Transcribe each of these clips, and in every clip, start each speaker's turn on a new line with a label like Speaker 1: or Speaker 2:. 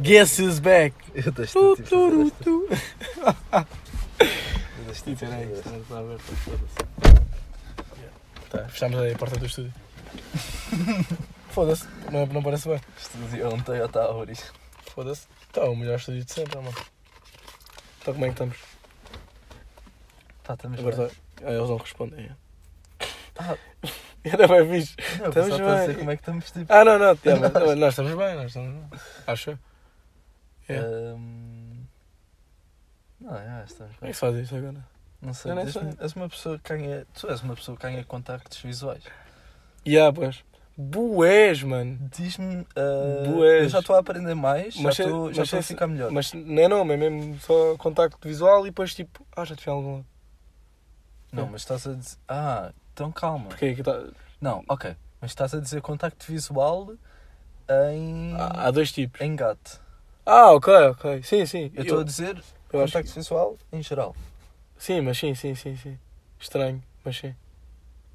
Speaker 1: Guess who's back?
Speaker 2: Eu das
Speaker 1: Tu,
Speaker 2: tipos, eu
Speaker 1: tu,
Speaker 2: das-
Speaker 1: tu.
Speaker 2: eu das
Speaker 1: Ih,
Speaker 2: tipos,
Speaker 1: peraí,
Speaker 2: eu
Speaker 1: isto
Speaker 2: das-
Speaker 1: não está aberto, foda-se. Tá, fechámos aí a porta do estúdio. Foda-se, não, não parece bem.
Speaker 2: Estúdio é um Toyota Auris.
Speaker 1: Foda-se. Está o melhor estúdio de sempre, mano. Então como é que estamos?
Speaker 2: Pá, estamos bem.
Speaker 1: Agora tá- ah, eles não respondem. é.
Speaker 2: Ah.
Speaker 1: Era bem fixe.
Speaker 2: Não, eu
Speaker 1: estamos
Speaker 2: pensava a dizer
Speaker 1: bem.
Speaker 2: como é que estamos, tipo...
Speaker 1: Ah, não, não. tá, mas- mas nós estamos bem, nós estamos bem. Acho eu. É.
Speaker 2: Ahm, ehm, Não, é, estamos
Speaker 1: Como é
Speaker 2: bem.
Speaker 1: que se faz isso agora?
Speaker 2: Não sei,
Speaker 1: Eu nem
Speaker 2: és,
Speaker 1: sei.
Speaker 2: és uma pessoa que ganha... Tu és uma pessoa que ganha contactos visuais.
Speaker 1: E há, pois. Bués, mano.
Speaker 2: Diz-me... ah,
Speaker 1: Bués.
Speaker 2: eu já estou a aprender mais,
Speaker 1: Mas
Speaker 2: já
Speaker 1: sei-
Speaker 2: estou já
Speaker 1: mas
Speaker 2: estou a
Speaker 1: sei-
Speaker 2: ficar melhor.
Speaker 1: Mas não é nome, é mesmo só contacto visual e depois tipo, ah, já te vi em algum lado.
Speaker 2: Não, mas estás a dizer... Ah, então calma.
Speaker 1: Porque é que tá...
Speaker 2: Não, ok. Mas estás a dizer contacto visual em...
Speaker 1: Ah, há, há dois tipos.
Speaker 2: Em gato.
Speaker 1: Ah, ok, ok. Sim, sim.
Speaker 2: Eu estou a dizer
Speaker 1: eu acho
Speaker 2: contacto visual em geral.
Speaker 1: que- Sim, mas sim, sim, sim, sim. Estranho, mas sim.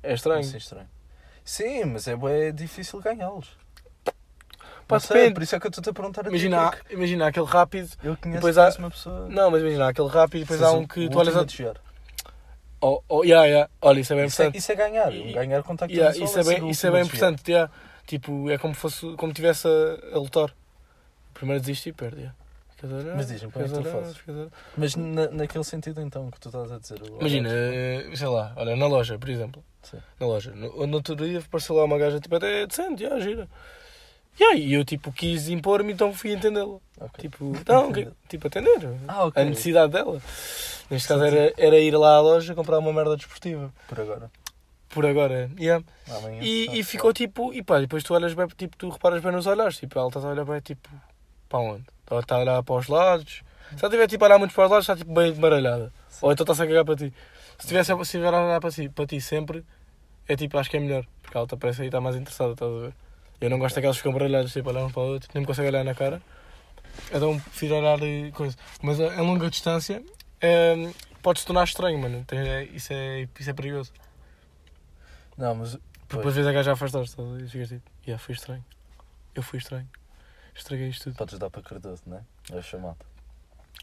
Speaker 1: É
Speaker 2: Não
Speaker 1: estranho.
Speaker 2: sei, estranho. Sim, mas é bué difícil ganhá-los.
Speaker 1: Pá,
Speaker 2: Não sei,
Speaker 1: depende.
Speaker 2: por isso é que eu estou-te a perguntar a ti,
Speaker 1: Imagina,
Speaker 2: porque
Speaker 1: imagina aquele rápido.
Speaker 2: Eu conheço
Speaker 1: depois há-
Speaker 2: mais uma pessoa...
Speaker 1: Não, mas imagina aquele rápido e depois há um que tu olhas a.
Speaker 2: chegar.
Speaker 1: Oh, oh, yeah, yeah. Olha, isso é bem
Speaker 2: Isso, é,
Speaker 1: importante.
Speaker 2: isso é ganhar.
Speaker 1: E-
Speaker 2: ganhar contacto
Speaker 1: Yeah,
Speaker 2: visual
Speaker 1: isso é
Speaker 2: ser o
Speaker 1: bem, isso é
Speaker 2: último
Speaker 1: bem
Speaker 2: a chegar.
Speaker 1: importante. yeah. Tipo, é como fosse como tivesse a, a lutar. Primeiro desiste e perde. yeah. Ficas a olhar,
Speaker 2: Mas diz-me como é que
Speaker 1: ficas a
Speaker 2: tu
Speaker 1: olhar,
Speaker 2: fazes.
Speaker 1: ficas a olhar.
Speaker 2: Mas na- naquele sentido então que tu estás a dizer. o-
Speaker 1: Imagina, eh, sei lá, olha, na loja, por exemplo.
Speaker 2: Sim.
Speaker 1: Na loja. No, no outro dia apareceu lá uma gaja tipo até decente, já, gira. Yeah, e eu tipo quis impor-me, então fui entendê-la.
Speaker 2: Ok.
Speaker 1: Tipo, então, que- tipo, atender.
Speaker 2: ah, ok.
Speaker 1: A necessidade dela. Neste caso era, era ir lá à loja comprar uma merda desportiva.
Speaker 2: Por agora.
Speaker 1: Por agora. Yeah.
Speaker 2: Amanhã
Speaker 1: E, e
Speaker 2: tá.
Speaker 1: ficou tipo, e pá, depois tu olhas bem, tipo, tu reparas bem nos olhares, tipo, ela está a olhar bem, tipo, para onde? Ela está a olhar para os lados. Se ela tiver tipo a olhar muito para os lados, está tipo bem maralhada.
Speaker 2: Sim.
Speaker 1: Ou então está-se a cagar para ti. Se tivesse se tiver a olhar para, si, para ti sempre, é tipo, acho que é melhor, porque ela está parece aí está mais interessada, estás a ver? Eu não gosto daquelas que ficam baralhadas, tipo, olhar um para o outro, nem me consegue olhar na cara. Então prefiro olhar e coisa. Mas a, a longa distância, eh, pode-se tornar estranho, mano. Tem- é- isso, é, isso é perigoso.
Speaker 2: Não, mas.
Speaker 1: Porque depois
Speaker 2: Pois.
Speaker 1: vês a gaja afastar-se estás a ver? e ficas tipo, yeah, foi estranho. Eu fui estranho. Estraguei isto tudo.
Speaker 2: Podes dar para Cardoso, não é? É o chamado.
Speaker 1: Tá.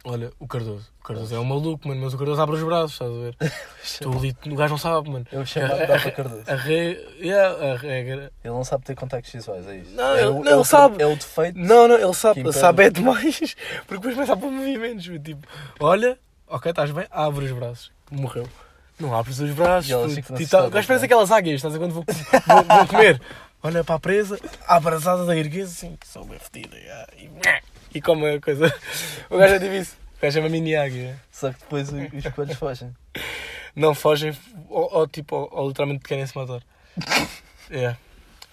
Speaker 1: Olha, o Cardoso. O Cardoso é um maluco, mano, mas o Cardoso abre os braços, estás a ver? tu ali, o gajo não sabe, mano.
Speaker 2: É o chamado dá para Cardoso.
Speaker 1: A re... yeah, a regra.
Speaker 2: Ele não sabe ter contactos visuais, é isso.
Speaker 1: Não,
Speaker 2: é
Speaker 1: ele-
Speaker 2: o,
Speaker 1: não,
Speaker 2: é o,
Speaker 1: ele sabe.
Speaker 2: É o defeito.
Speaker 1: Não, não, ele
Speaker 2: Que
Speaker 1: sabe,
Speaker 2: impede.
Speaker 1: sabe é demais. Porque depois começa a pôr movimentos. meu, Tipo, olha, ok, estás bem, abre os braços. Morreu. Não abres os braços.
Speaker 2: E elas
Speaker 1: puto.
Speaker 2: ficam
Speaker 1: Tipo,
Speaker 2: assustadas,
Speaker 1: o gajo parece
Speaker 2: não é?
Speaker 1: aquelas águias, estás a ver, quando vou, vou- vou comer. Olha para a presa, abraçada da ergueza, assim, sou bem fedida. já, E, e come a coisa. O gajo é tipo isso. O gajo é uma mini águia.
Speaker 2: Só que depois o- os coelhos fogem.
Speaker 1: Não fogem ou, ou, tipo, ou, ou literalmente querem se matar. É.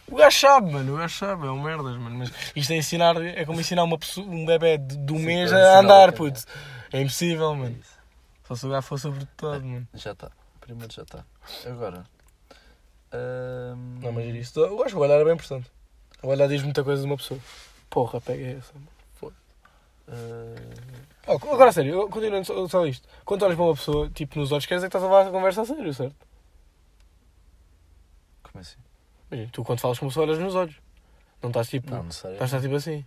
Speaker 1: O gajo sabe, mano, o gajo sabe, é um merdas, mano. Mas isto é ensinar, é como ensinar uma pessoa, um bebê de, de um
Speaker 2: Sim,
Speaker 1: mês
Speaker 2: para ensinar
Speaker 1: a andar,
Speaker 2: alguém,
Speaker 1: puto. É impossível,
Speaker 2: É
Speaker 1: mano.
Speaker 2: isso.
Speaker 1: Só se o gajo fosse sobretutado, mano.
Speaker 2: Já está. Primeiro já está. Agora. ahm,
Speaker 1: Não, mas isto, eu acho que o olhar é bem importante. O olhar diz muita coisa de uma pessoa. Porra, pega essa. mano.
Speaker 2: ah,
Speaker 1: Oh, agora, a sério, eu- continuando só, só isto. Quando tu olhas para uma pessoa, tipo, nos olhos, queres dizer que estás a levar a conversa a sério, certo?
Speaker 2: como assim?
Speaker 1: Imagina, tu quando falas com uma pessoa, olhas nos olhos. Não estás tipo,
Speaker 2: Não, não sei.
Speaker 1: estás tipo assim.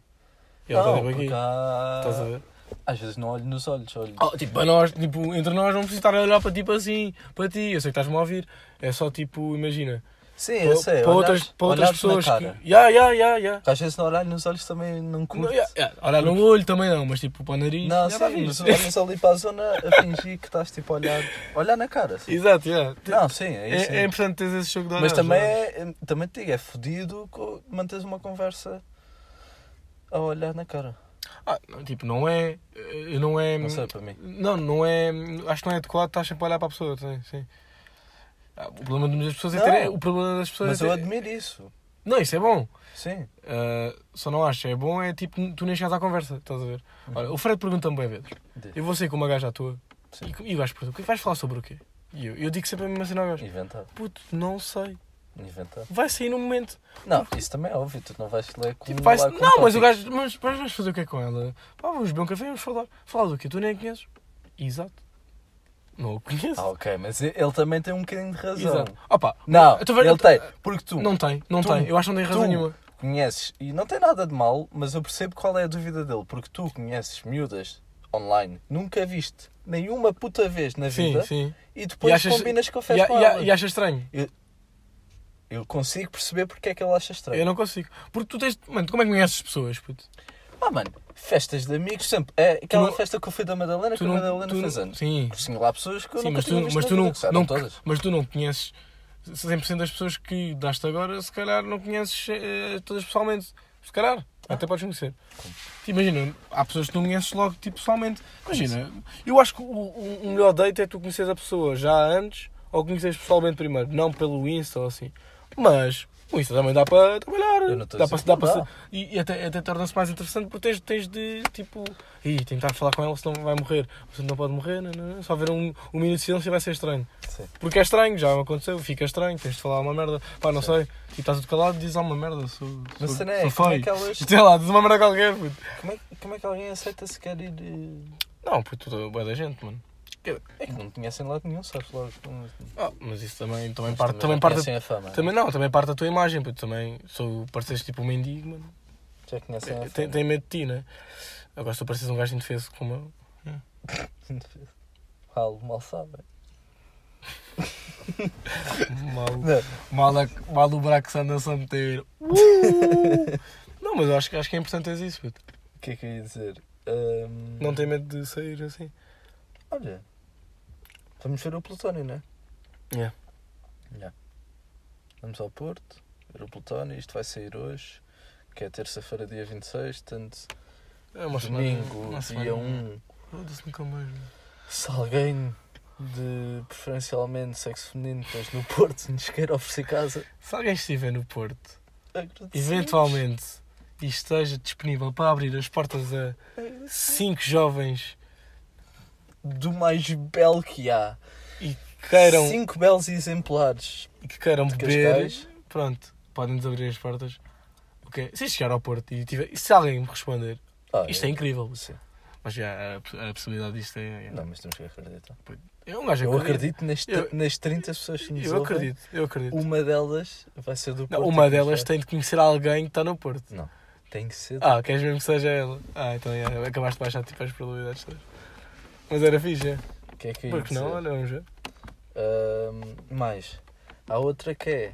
Speaker 1: E ela
Speaker 2: Não,
Speaker 1: está tipo
Speaker 2: porque
Speaker 1: aqui.
Speaker 2: há-
Speaker 1: Estás a ver?
Speaker 2: Às vezes não olho nos olhos, olho.
Speaker 1: Oh, tipo, para nós, tipo, entre nós não preciso estar a olhar para tipo assim, para ti, eu sei que estás-me a ouvir. É só tipo, imagina,
Speaker 2: Sim,
Speaker 1: para,
Speaker 2: eu sei.
Speaker 1: para
Speaker 2: olhares-
Speaker 1: outras, para outras
Speaker 2: olhares na
Speaker 1: pessoas
Speaker 2: cara.
Speaker 1: que. Ya, ya, ya, ya.
Speaker 2: Porque Às vezes não olhar nos olhos também não curto.
Speaker 1: Não, ya, ya. Olhar no olho também não, mas tipo para o nariz.
Speaker 2: Não,
Speaker 1: já está
Speaker 2: sim, mas
Speaker 1: fixe.
Speaker 2: olhas ali para a zona a fingir que estás tipo a olhar, olhar na cara. assim.
Speaker 1: Exato, ya.
Speaker 2: Não, sim, é isso.
Speaker 1: É, é importante teres esse jogo de olhares,
Speaker 2: Mas também,
Speaker 1: não
Speaker 2: é, é- também te digo, é fodido co- manteres uma conversa a olhar na cara.
Speaker 1: Ah, não, tipo, não é. eh, Não é.
Speaker 2: Não sei, para mim.
Speaker 1: Não, não é. Acho que não é adequado, estás sempre a olhar para a pessoa, sim. sim. Ah, O problema das pessoas é
Speaker 2: Não.
Speaker 1: ter. O problema das pessoas
Speaker 2: Mas
Speaker 1: é
Speaker 2: eu
Speaker 1: ter-
Speaker 2: admiro isso.
Speaker 1: Não, isso é bom.
Speaker 2: Sim.
Speaker 1: Uh, só não acho, é bom, é tipo, tu nem chegas à conversa, estás a ver? Olha, o Fred pergunta-me bem vezes.
Speaker 2: Uhum. Diz.
Speaker 1: Eu vou sair com uma gaja à toa
Speaker 2: Sim.
Speaker 1: e, e o gajo pergunta, "O que é que vais falar sobre o quê? E eu, eu digo sempre a mesma cena ao gajo.
Speaker 2: Inventar.
Speaker 1: Puto, não sei.
Speaker 2: Inventar.
Speaker 1: Vai sair no momento.
Speaker 2: Não, isso também é óbvio. Tu não vais ler como
Speaker 1: Tipo, vai
Speaker 2: lá com um
Speaker 1: Não, mas o
Speaker 2: tópicos.
Speaker 1: gajo, mas, mas vais fazer o que é com ela? Pá, vamos beber um café e vamos falar. Falar do quê? Tu nem a conheces? Exato. Não o conheço.
Speaker 2: Ah, ok, mas ele também tem um bocadinho de razão.
Speaker 1: Exato. Opa,
Speaker 2: Não,
Speaker 1: eu tô vendo-
Speaker 2: ele tem. Porque tu,
Speaker 1: não tem, não
Speaker 2: Tu-
Speaker 1: tem. Eu acho que não tem razão
Speaker 2: tu,
Speaker 1: nenhuma.
Speaker 2: conheces, e não tem nada de mal, mas eu percebo qual é a dúvida dele, porque tu conheces miúdas online, nunca viste nenhuma puta vez na
Speaker 1: Sim,
Speaker 2: vida,
Speaker 1: sim.
Speaker 2: e depois
Speaker 1: E achas-
Speaker 2: combinas
Speaker 1: E,
Speaker 2: café
Speaker 1: a-
Speaker 2: com
Speaker 1: e, a-
Speaker 2: ela.
Speaker 1: e achas estranho?
Speaker 2: Eu consigo perceber porque é que ele acha estranho.
Speaker 1: Eu não consigo. Porque tu tens. Mano, tu como é que conheces pessoas, puto?
Speaker 2: Ah, mano, festas de amigos sempre. É aquela
Speaker 1: não-
Speaker 2: festa que eu fui da Madalena, que a Madalena
Speaker 1: tu
Speaker 2: fez
Speaker 1: não-
Speaker 2: anos.
Speaker 1: Sim.
Speaker 2: Conheci lá pessoas que eu
Speaker 1: Sim,
Speaker 2: nunca
Speaker 1: mas
Speaker 2: tinha
Speaker 1: tu,
Speaker 2: visto
Speaker 1: mas
Speaker 2: na
Speaker 1: tu
Speaker 2: vida,
Speaker 1: não,
Speaker 2: que saíram
Speaker 1: não,
Speaker 2: todas.
Speaker 1: mas tu não conheces 100% das pessoas que daste agora, se calhar não conheces eh, todas pessoalmente. Se calhar, até podes conhecer. Te Imagina, há pessoas que tu não conheces logo tipo, pessoalmente. Imagina, eu acho que o, o- o melhor date é tu conheces a pessoa já antes ou conheces pessoalmente primeiro, não pelo Insta ou assim. Mas o Insta também dá para
Speaker 2: Eu
Speaker 1: trabalhar,
Speaker 2: não assim estou
Speaker 1: dá
Speaker 2: a dizer
Speaker 1: para,
Speaker 2: que
Speaker 1: dá
Speaker 2: não
Speaker 1: para
Speaker 2: dá.
Speaker 1: ser- e, e até, até torna-se mais interessante porque tens, tens de tipo, e tentar falar com ela, senão vai morrer. Você não pode morrer, não, não, não. só ver um, um minuto de silêncio vai ser estranho.
Speaker 2: Sim.
Speaker 1: Porque é estranho, já aconteceu, fica estranho, tens de falar uma merda. Pá, não sei, tipo, estás tudo calado, diz alguma merda, sou,
Speaker 2: Mas
Speaker 1: sou,
Speaker 2: será é,
Speaker 1: sou
Speaker 2: como é
Speaker 1: feio.
Speaker 2: que elas.
Speaker 1: Sei lá, diz uma merda qualquer, puto.
Speaker 2: Como é, como é que alguém aceita sequer ir. eh,
Speaker 1: Não, puto, tu é bué da gente, mano.
Speaker 2: É que não me conhecem de lado nenhum, sabes logo. Não- assim
Speaker 1: Ah, mas isso também, também
Speaker 2: mas
Speaker 1: parte, também
Speaker 2: não
Speaker 1: parte,
Speaker 2: conhecem a fama.
Speaker 1: também não, também parte da tua imagem, puto, também, sou, pareces tipo um mendigo, mano.
Speaker 2: né? Já conhecem a
Speaker 1: Tem,
Speaker 2: fama.
Speaker 1: tem medo de ti, né? Agora se tu pareces um gajo indefeso como eu.
Speaker 2: Mal, mal né? sabem.
Speaker 1: Mal.
Speaker 2: Não,
Speaker 1: Mal, a- mal o buraco que se anda-se a meter. Uh! não, mas eu acho, que- acho que é importante és isso, puto.
Speaker 2: O que é que eu ia dizer? Ahm,
Speaker 1: Não tem medo de sair assim.
Speaker 2: Olha. Vamos ver o Plutónio, né?
Speaker 1: Yeah.
Speaker 2: Yeah. Vamos ao Porto, ver o Plutónio. Isto vai sair hoje, que é terça-feira, dia 26. Portanto,
Speaker 1: É uma semana-
Speaker 2: domingo,
Speaker 1: uma semana.
Speaker 2: dia 1.
Speaker 1: Foda-se, nunca mais. mano.
Speaker 2: Se alguém de preferencialmente sexo feminino depois no Porto nos queira oferecer casa,
Speaker 1: Se alguém estiver no Porto,
Speaker 2: agradecemos.
Speaker 1: eventualmente, e esteja disponível para abrir as portas a cinco jovens
Speaker 2: Do mais belo que há.
Speaker 1: e que queiram,
Speaker 2: Cinco belos exemplares
Speaker 1: e que queiram
Speaker 2: de
Speaker 1: beber,
Speaker 2: Cascais.
Speaker 1: pronto, podem-nos abrir as portas. Ok, Se chegar ao Porto e, tiver, e se alguém me responder,
Speaker 2: Ah,
Speaker 1: isto é incrível.
Speaker 2: Sim.
Speaker 1: Mas já, a, a possibilidade disto é. é-
Speaker 2: Não, mas temos que acreditar.
Speaker 1: É um gajo
Speaker 2: Eu
Speaker 1: acredita.
Speaker 2: acredito nas,
Speaker 1: Eu-
Speaker 2: nas 30 pessoas que nos
Speaker 1: Eu
Speaker 2: ouvem.
Speaker 1: acredito, eu acredito.
Speaker 2: Uma delas vai ser do Um Porto. é
Speaker 1: Não, uma
Speaker 2: e que nos
Speaker 1: delas
Speaker 2: vai-
Speaker 1: tem de conhecer alguém que está no Porto.
Speaker 2: Tem que ser.
Speaker 1: Ah, queres mesmo que seja ela? Ah, então é, acabaste de baixar tipo as probabilidades todas. Mas era fixe, é?
Speaker 2: O que é que eu ia
Speaker 1: Porque não?
Speaker 2: dizer?
Speaker 1: Olha, vamos ver.
Speaker 2: Ahm, mais. Há outra que é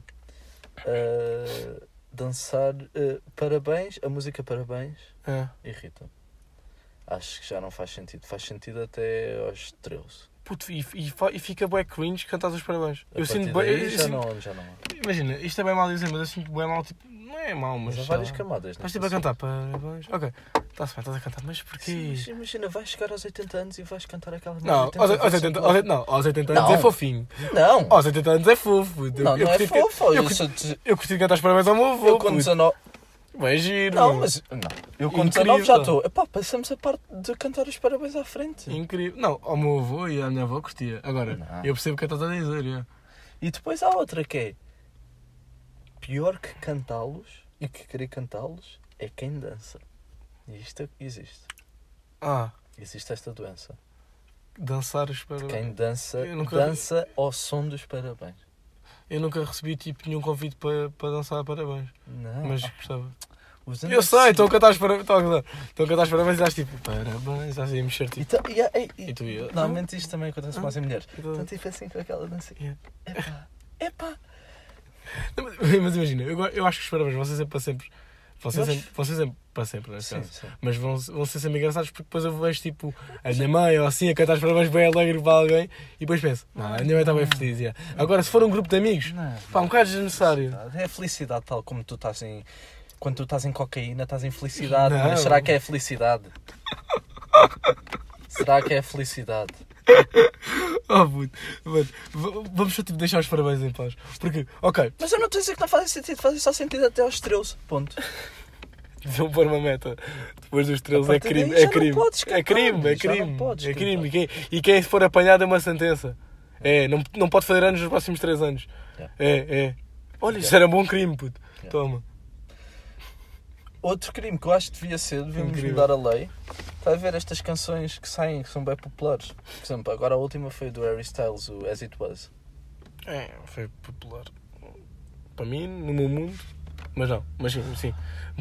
Speaker 2: ah, dançar ah, parabéns, a música parabéns
Speaker 1: Ah.
Speaker 2: irrita. Acho que já não faz sentido. Faz sentido até aos 13.
Speaker 1: Puto, e, e, fa- e fica bué cringe cantar os parabéns.
Speaker 2: A
Speaker 1: eu
Speaker 2: partir
Speaker 1: sinto bué.
Speaker 2: daí
Speaker 1: eu
Speaker 2: já,
Speaker 1: sinto-
Speaker 2: não, já não há.
Speaker 1: Imagina, isto é bem mal dizer, mas eu sinto bué mal, tipo, não é mal, mas.
Speaker 2: Mas há
Speaker 1: sei
Speaker 2: várias
Speaker 1: lá.
Speaker 2: camadas.
Speaker 1: Mas
Speaker 2: nesta
Speaker 1: tipo a
Speaker 2: cena.
Speaker 1: cantar parabéns. Ok, está-se bem, estás a cantar, mas
Speaker 2: Sim,
Speaker 1: porquê?
Speaker 2: mas imagina, vais chegar aos 80 anos e vais cantar aquela
Speaker 1: Não,
Speaker 2: merda
Speaker 1: aos,
Speaker 2: 80
Speaker 1: aos
Speaker 2: vezes
Speaker 1: 80,
Speaker 2: ao
Speaker 1: aos,
Speaker 2: lado.
Speaker 1: não, aos 80 anos
Speaker 2: Não.
Speaker 1: é fofinho.
Speaker 2: Não!
Speaker 1: Aos 80 anos é fofo. Eu-
Speaker 2: Não,
Speaker 1: eu
Speaker 2: não é
Speaker 1: curti-
Speaker 2: fofo. Eu,
Speaker 1: eu curti-
Speaker 2: sou de-
Speaker 1: Eu curti de cantar os parabéns ao meu avô.
Speaker 2: eu com
Speaker 1: puto.
Speaker 2: 19.
Speaker 1: Bem giro.
Speaker 2: Não,
Speaker 1: meu.
Speaker 2: mas. Não. Eu com
Speaker 1: Incrível.
Speaker 2: 19 já estou. Epá, passamos a parte de cantar os parabéns à frente.
Speaker 1: Incrível. Não, ao meu avô e à minha avó curtia. Agora,
Speaker 2: Não.
Speaker 1: eu percebo o que estás a dizer. é.
Speaker 2: E depois há outra que é pior que cantá-los e que querer cantá-los é quem dança. E isto é- existe.
Speaker 1: Ah,
Speaker 2: Existe esta doença.
Speaker 1: dançar os parabéns.
Speaker 2: Quem dança,
Speaker 1: Eu nunca-
Speaker 2: dança ao som dos parabéns.
Speaker 1: Eu nunca recebi tipo nenhum convite para, para dançar parabéns.
Speaker 2: Não.
Speaker 1: Mas gostava.
Speaker 2: Os
Speaker 1: Eu
Speaker 2: andares-
Speaker 1: sei, então estão a cantar os parabéns. Estão a cantar, estão a cantar os parabéns e estás tipo, parabéns, estás aí a mexer
Speaker 2: E,
Speaker 1: tipo.
Speaker 2: ta- e, há- e- e-
Speaker 1: E tu ia-
Speaker 2: Normalmente isto também acontece mais em mulheres. Então
Speaker 1: Não,
Speaker 2: tipo assim com aquela dança.
Speaker 1: Yeah.
Speaker 2: Epá, epá.
Speaker 1: Mas mas imagina, eu, go- eu acho que os parabéns vão ser sempre para sempre. Vão ser
Speaker 2: Nós-
Speaker 1: sempre, vão ser sempre para sempre, neste
Speaker 2: Sim,
Speaker 1: caso.
Speaker 2: sim.
Speaker 1: Mas vão, vão ser sempre engraçados porque depois eu vejo tipo a minha mãe ou assim a cantar os parabéns bem alegre para alguém e depois penso, não, a minha mãe está bem feliz. yeah." Agora, se for um grupo de amigos,
Speaker 2: Não,
Speaker 1: pá, um bocado desnecessário.
Speaker 2: É a felicidade tal como tu estás em. Quando tu estás em cocaína, estás em felicidade.
Speaker 1: Não.
Speaker 2: Mas será que é felicidade? será que é felicidade?
Speaker 1: Oh puto, mano, v- vamos só tipo deixar os parabéns em paz. Porque, ok,
Speaker 2: Mas eu não estou a dizer que não faz sentido, faz só sentido até aos 13. Ponto.
Speaker 1: vão pôr uma meta depois dos
Speaker 2: A
Speaker 1: trailers é
Speaker 2: partir
Speaker 1: crime,
Speaker 2: daí já
Speaker 1: é
Speaker 2: não
Speaker 1: crime.
Speaker 2: podes cantar,
Speaker 1: É crime, é
Speaker 2: já não
Speaker 1: crime.
Speaker 2: podes
Speaker 1: É crime. E
Speaker 2: cantar.
Speaker 1: quem, e quem for apanhado é uma sentença. É, não, não pode fazer anos nos próximos 3 anos.
Speaker 2: Yeah.
Speaker 1: É, é. Olha, isso
Speaker 2: Yeah.
Speaker 1: era um bom crime, puto.
Speaker 2: Yeah.
Speaker 1: Toma.
Speaker 2: Outro crime que eu acho que devia ser, devíamos
Speaker 1: Incrível.
Speaker 2: mudar a lei. Está a ver estas canções que saem, que são bem populares. Por exemplo, agora a última foi do Harry Styles, o As It Was.
Speaker 1: É, foi popular. Para mim, no meu mundo, Mas não, mas sim, sim.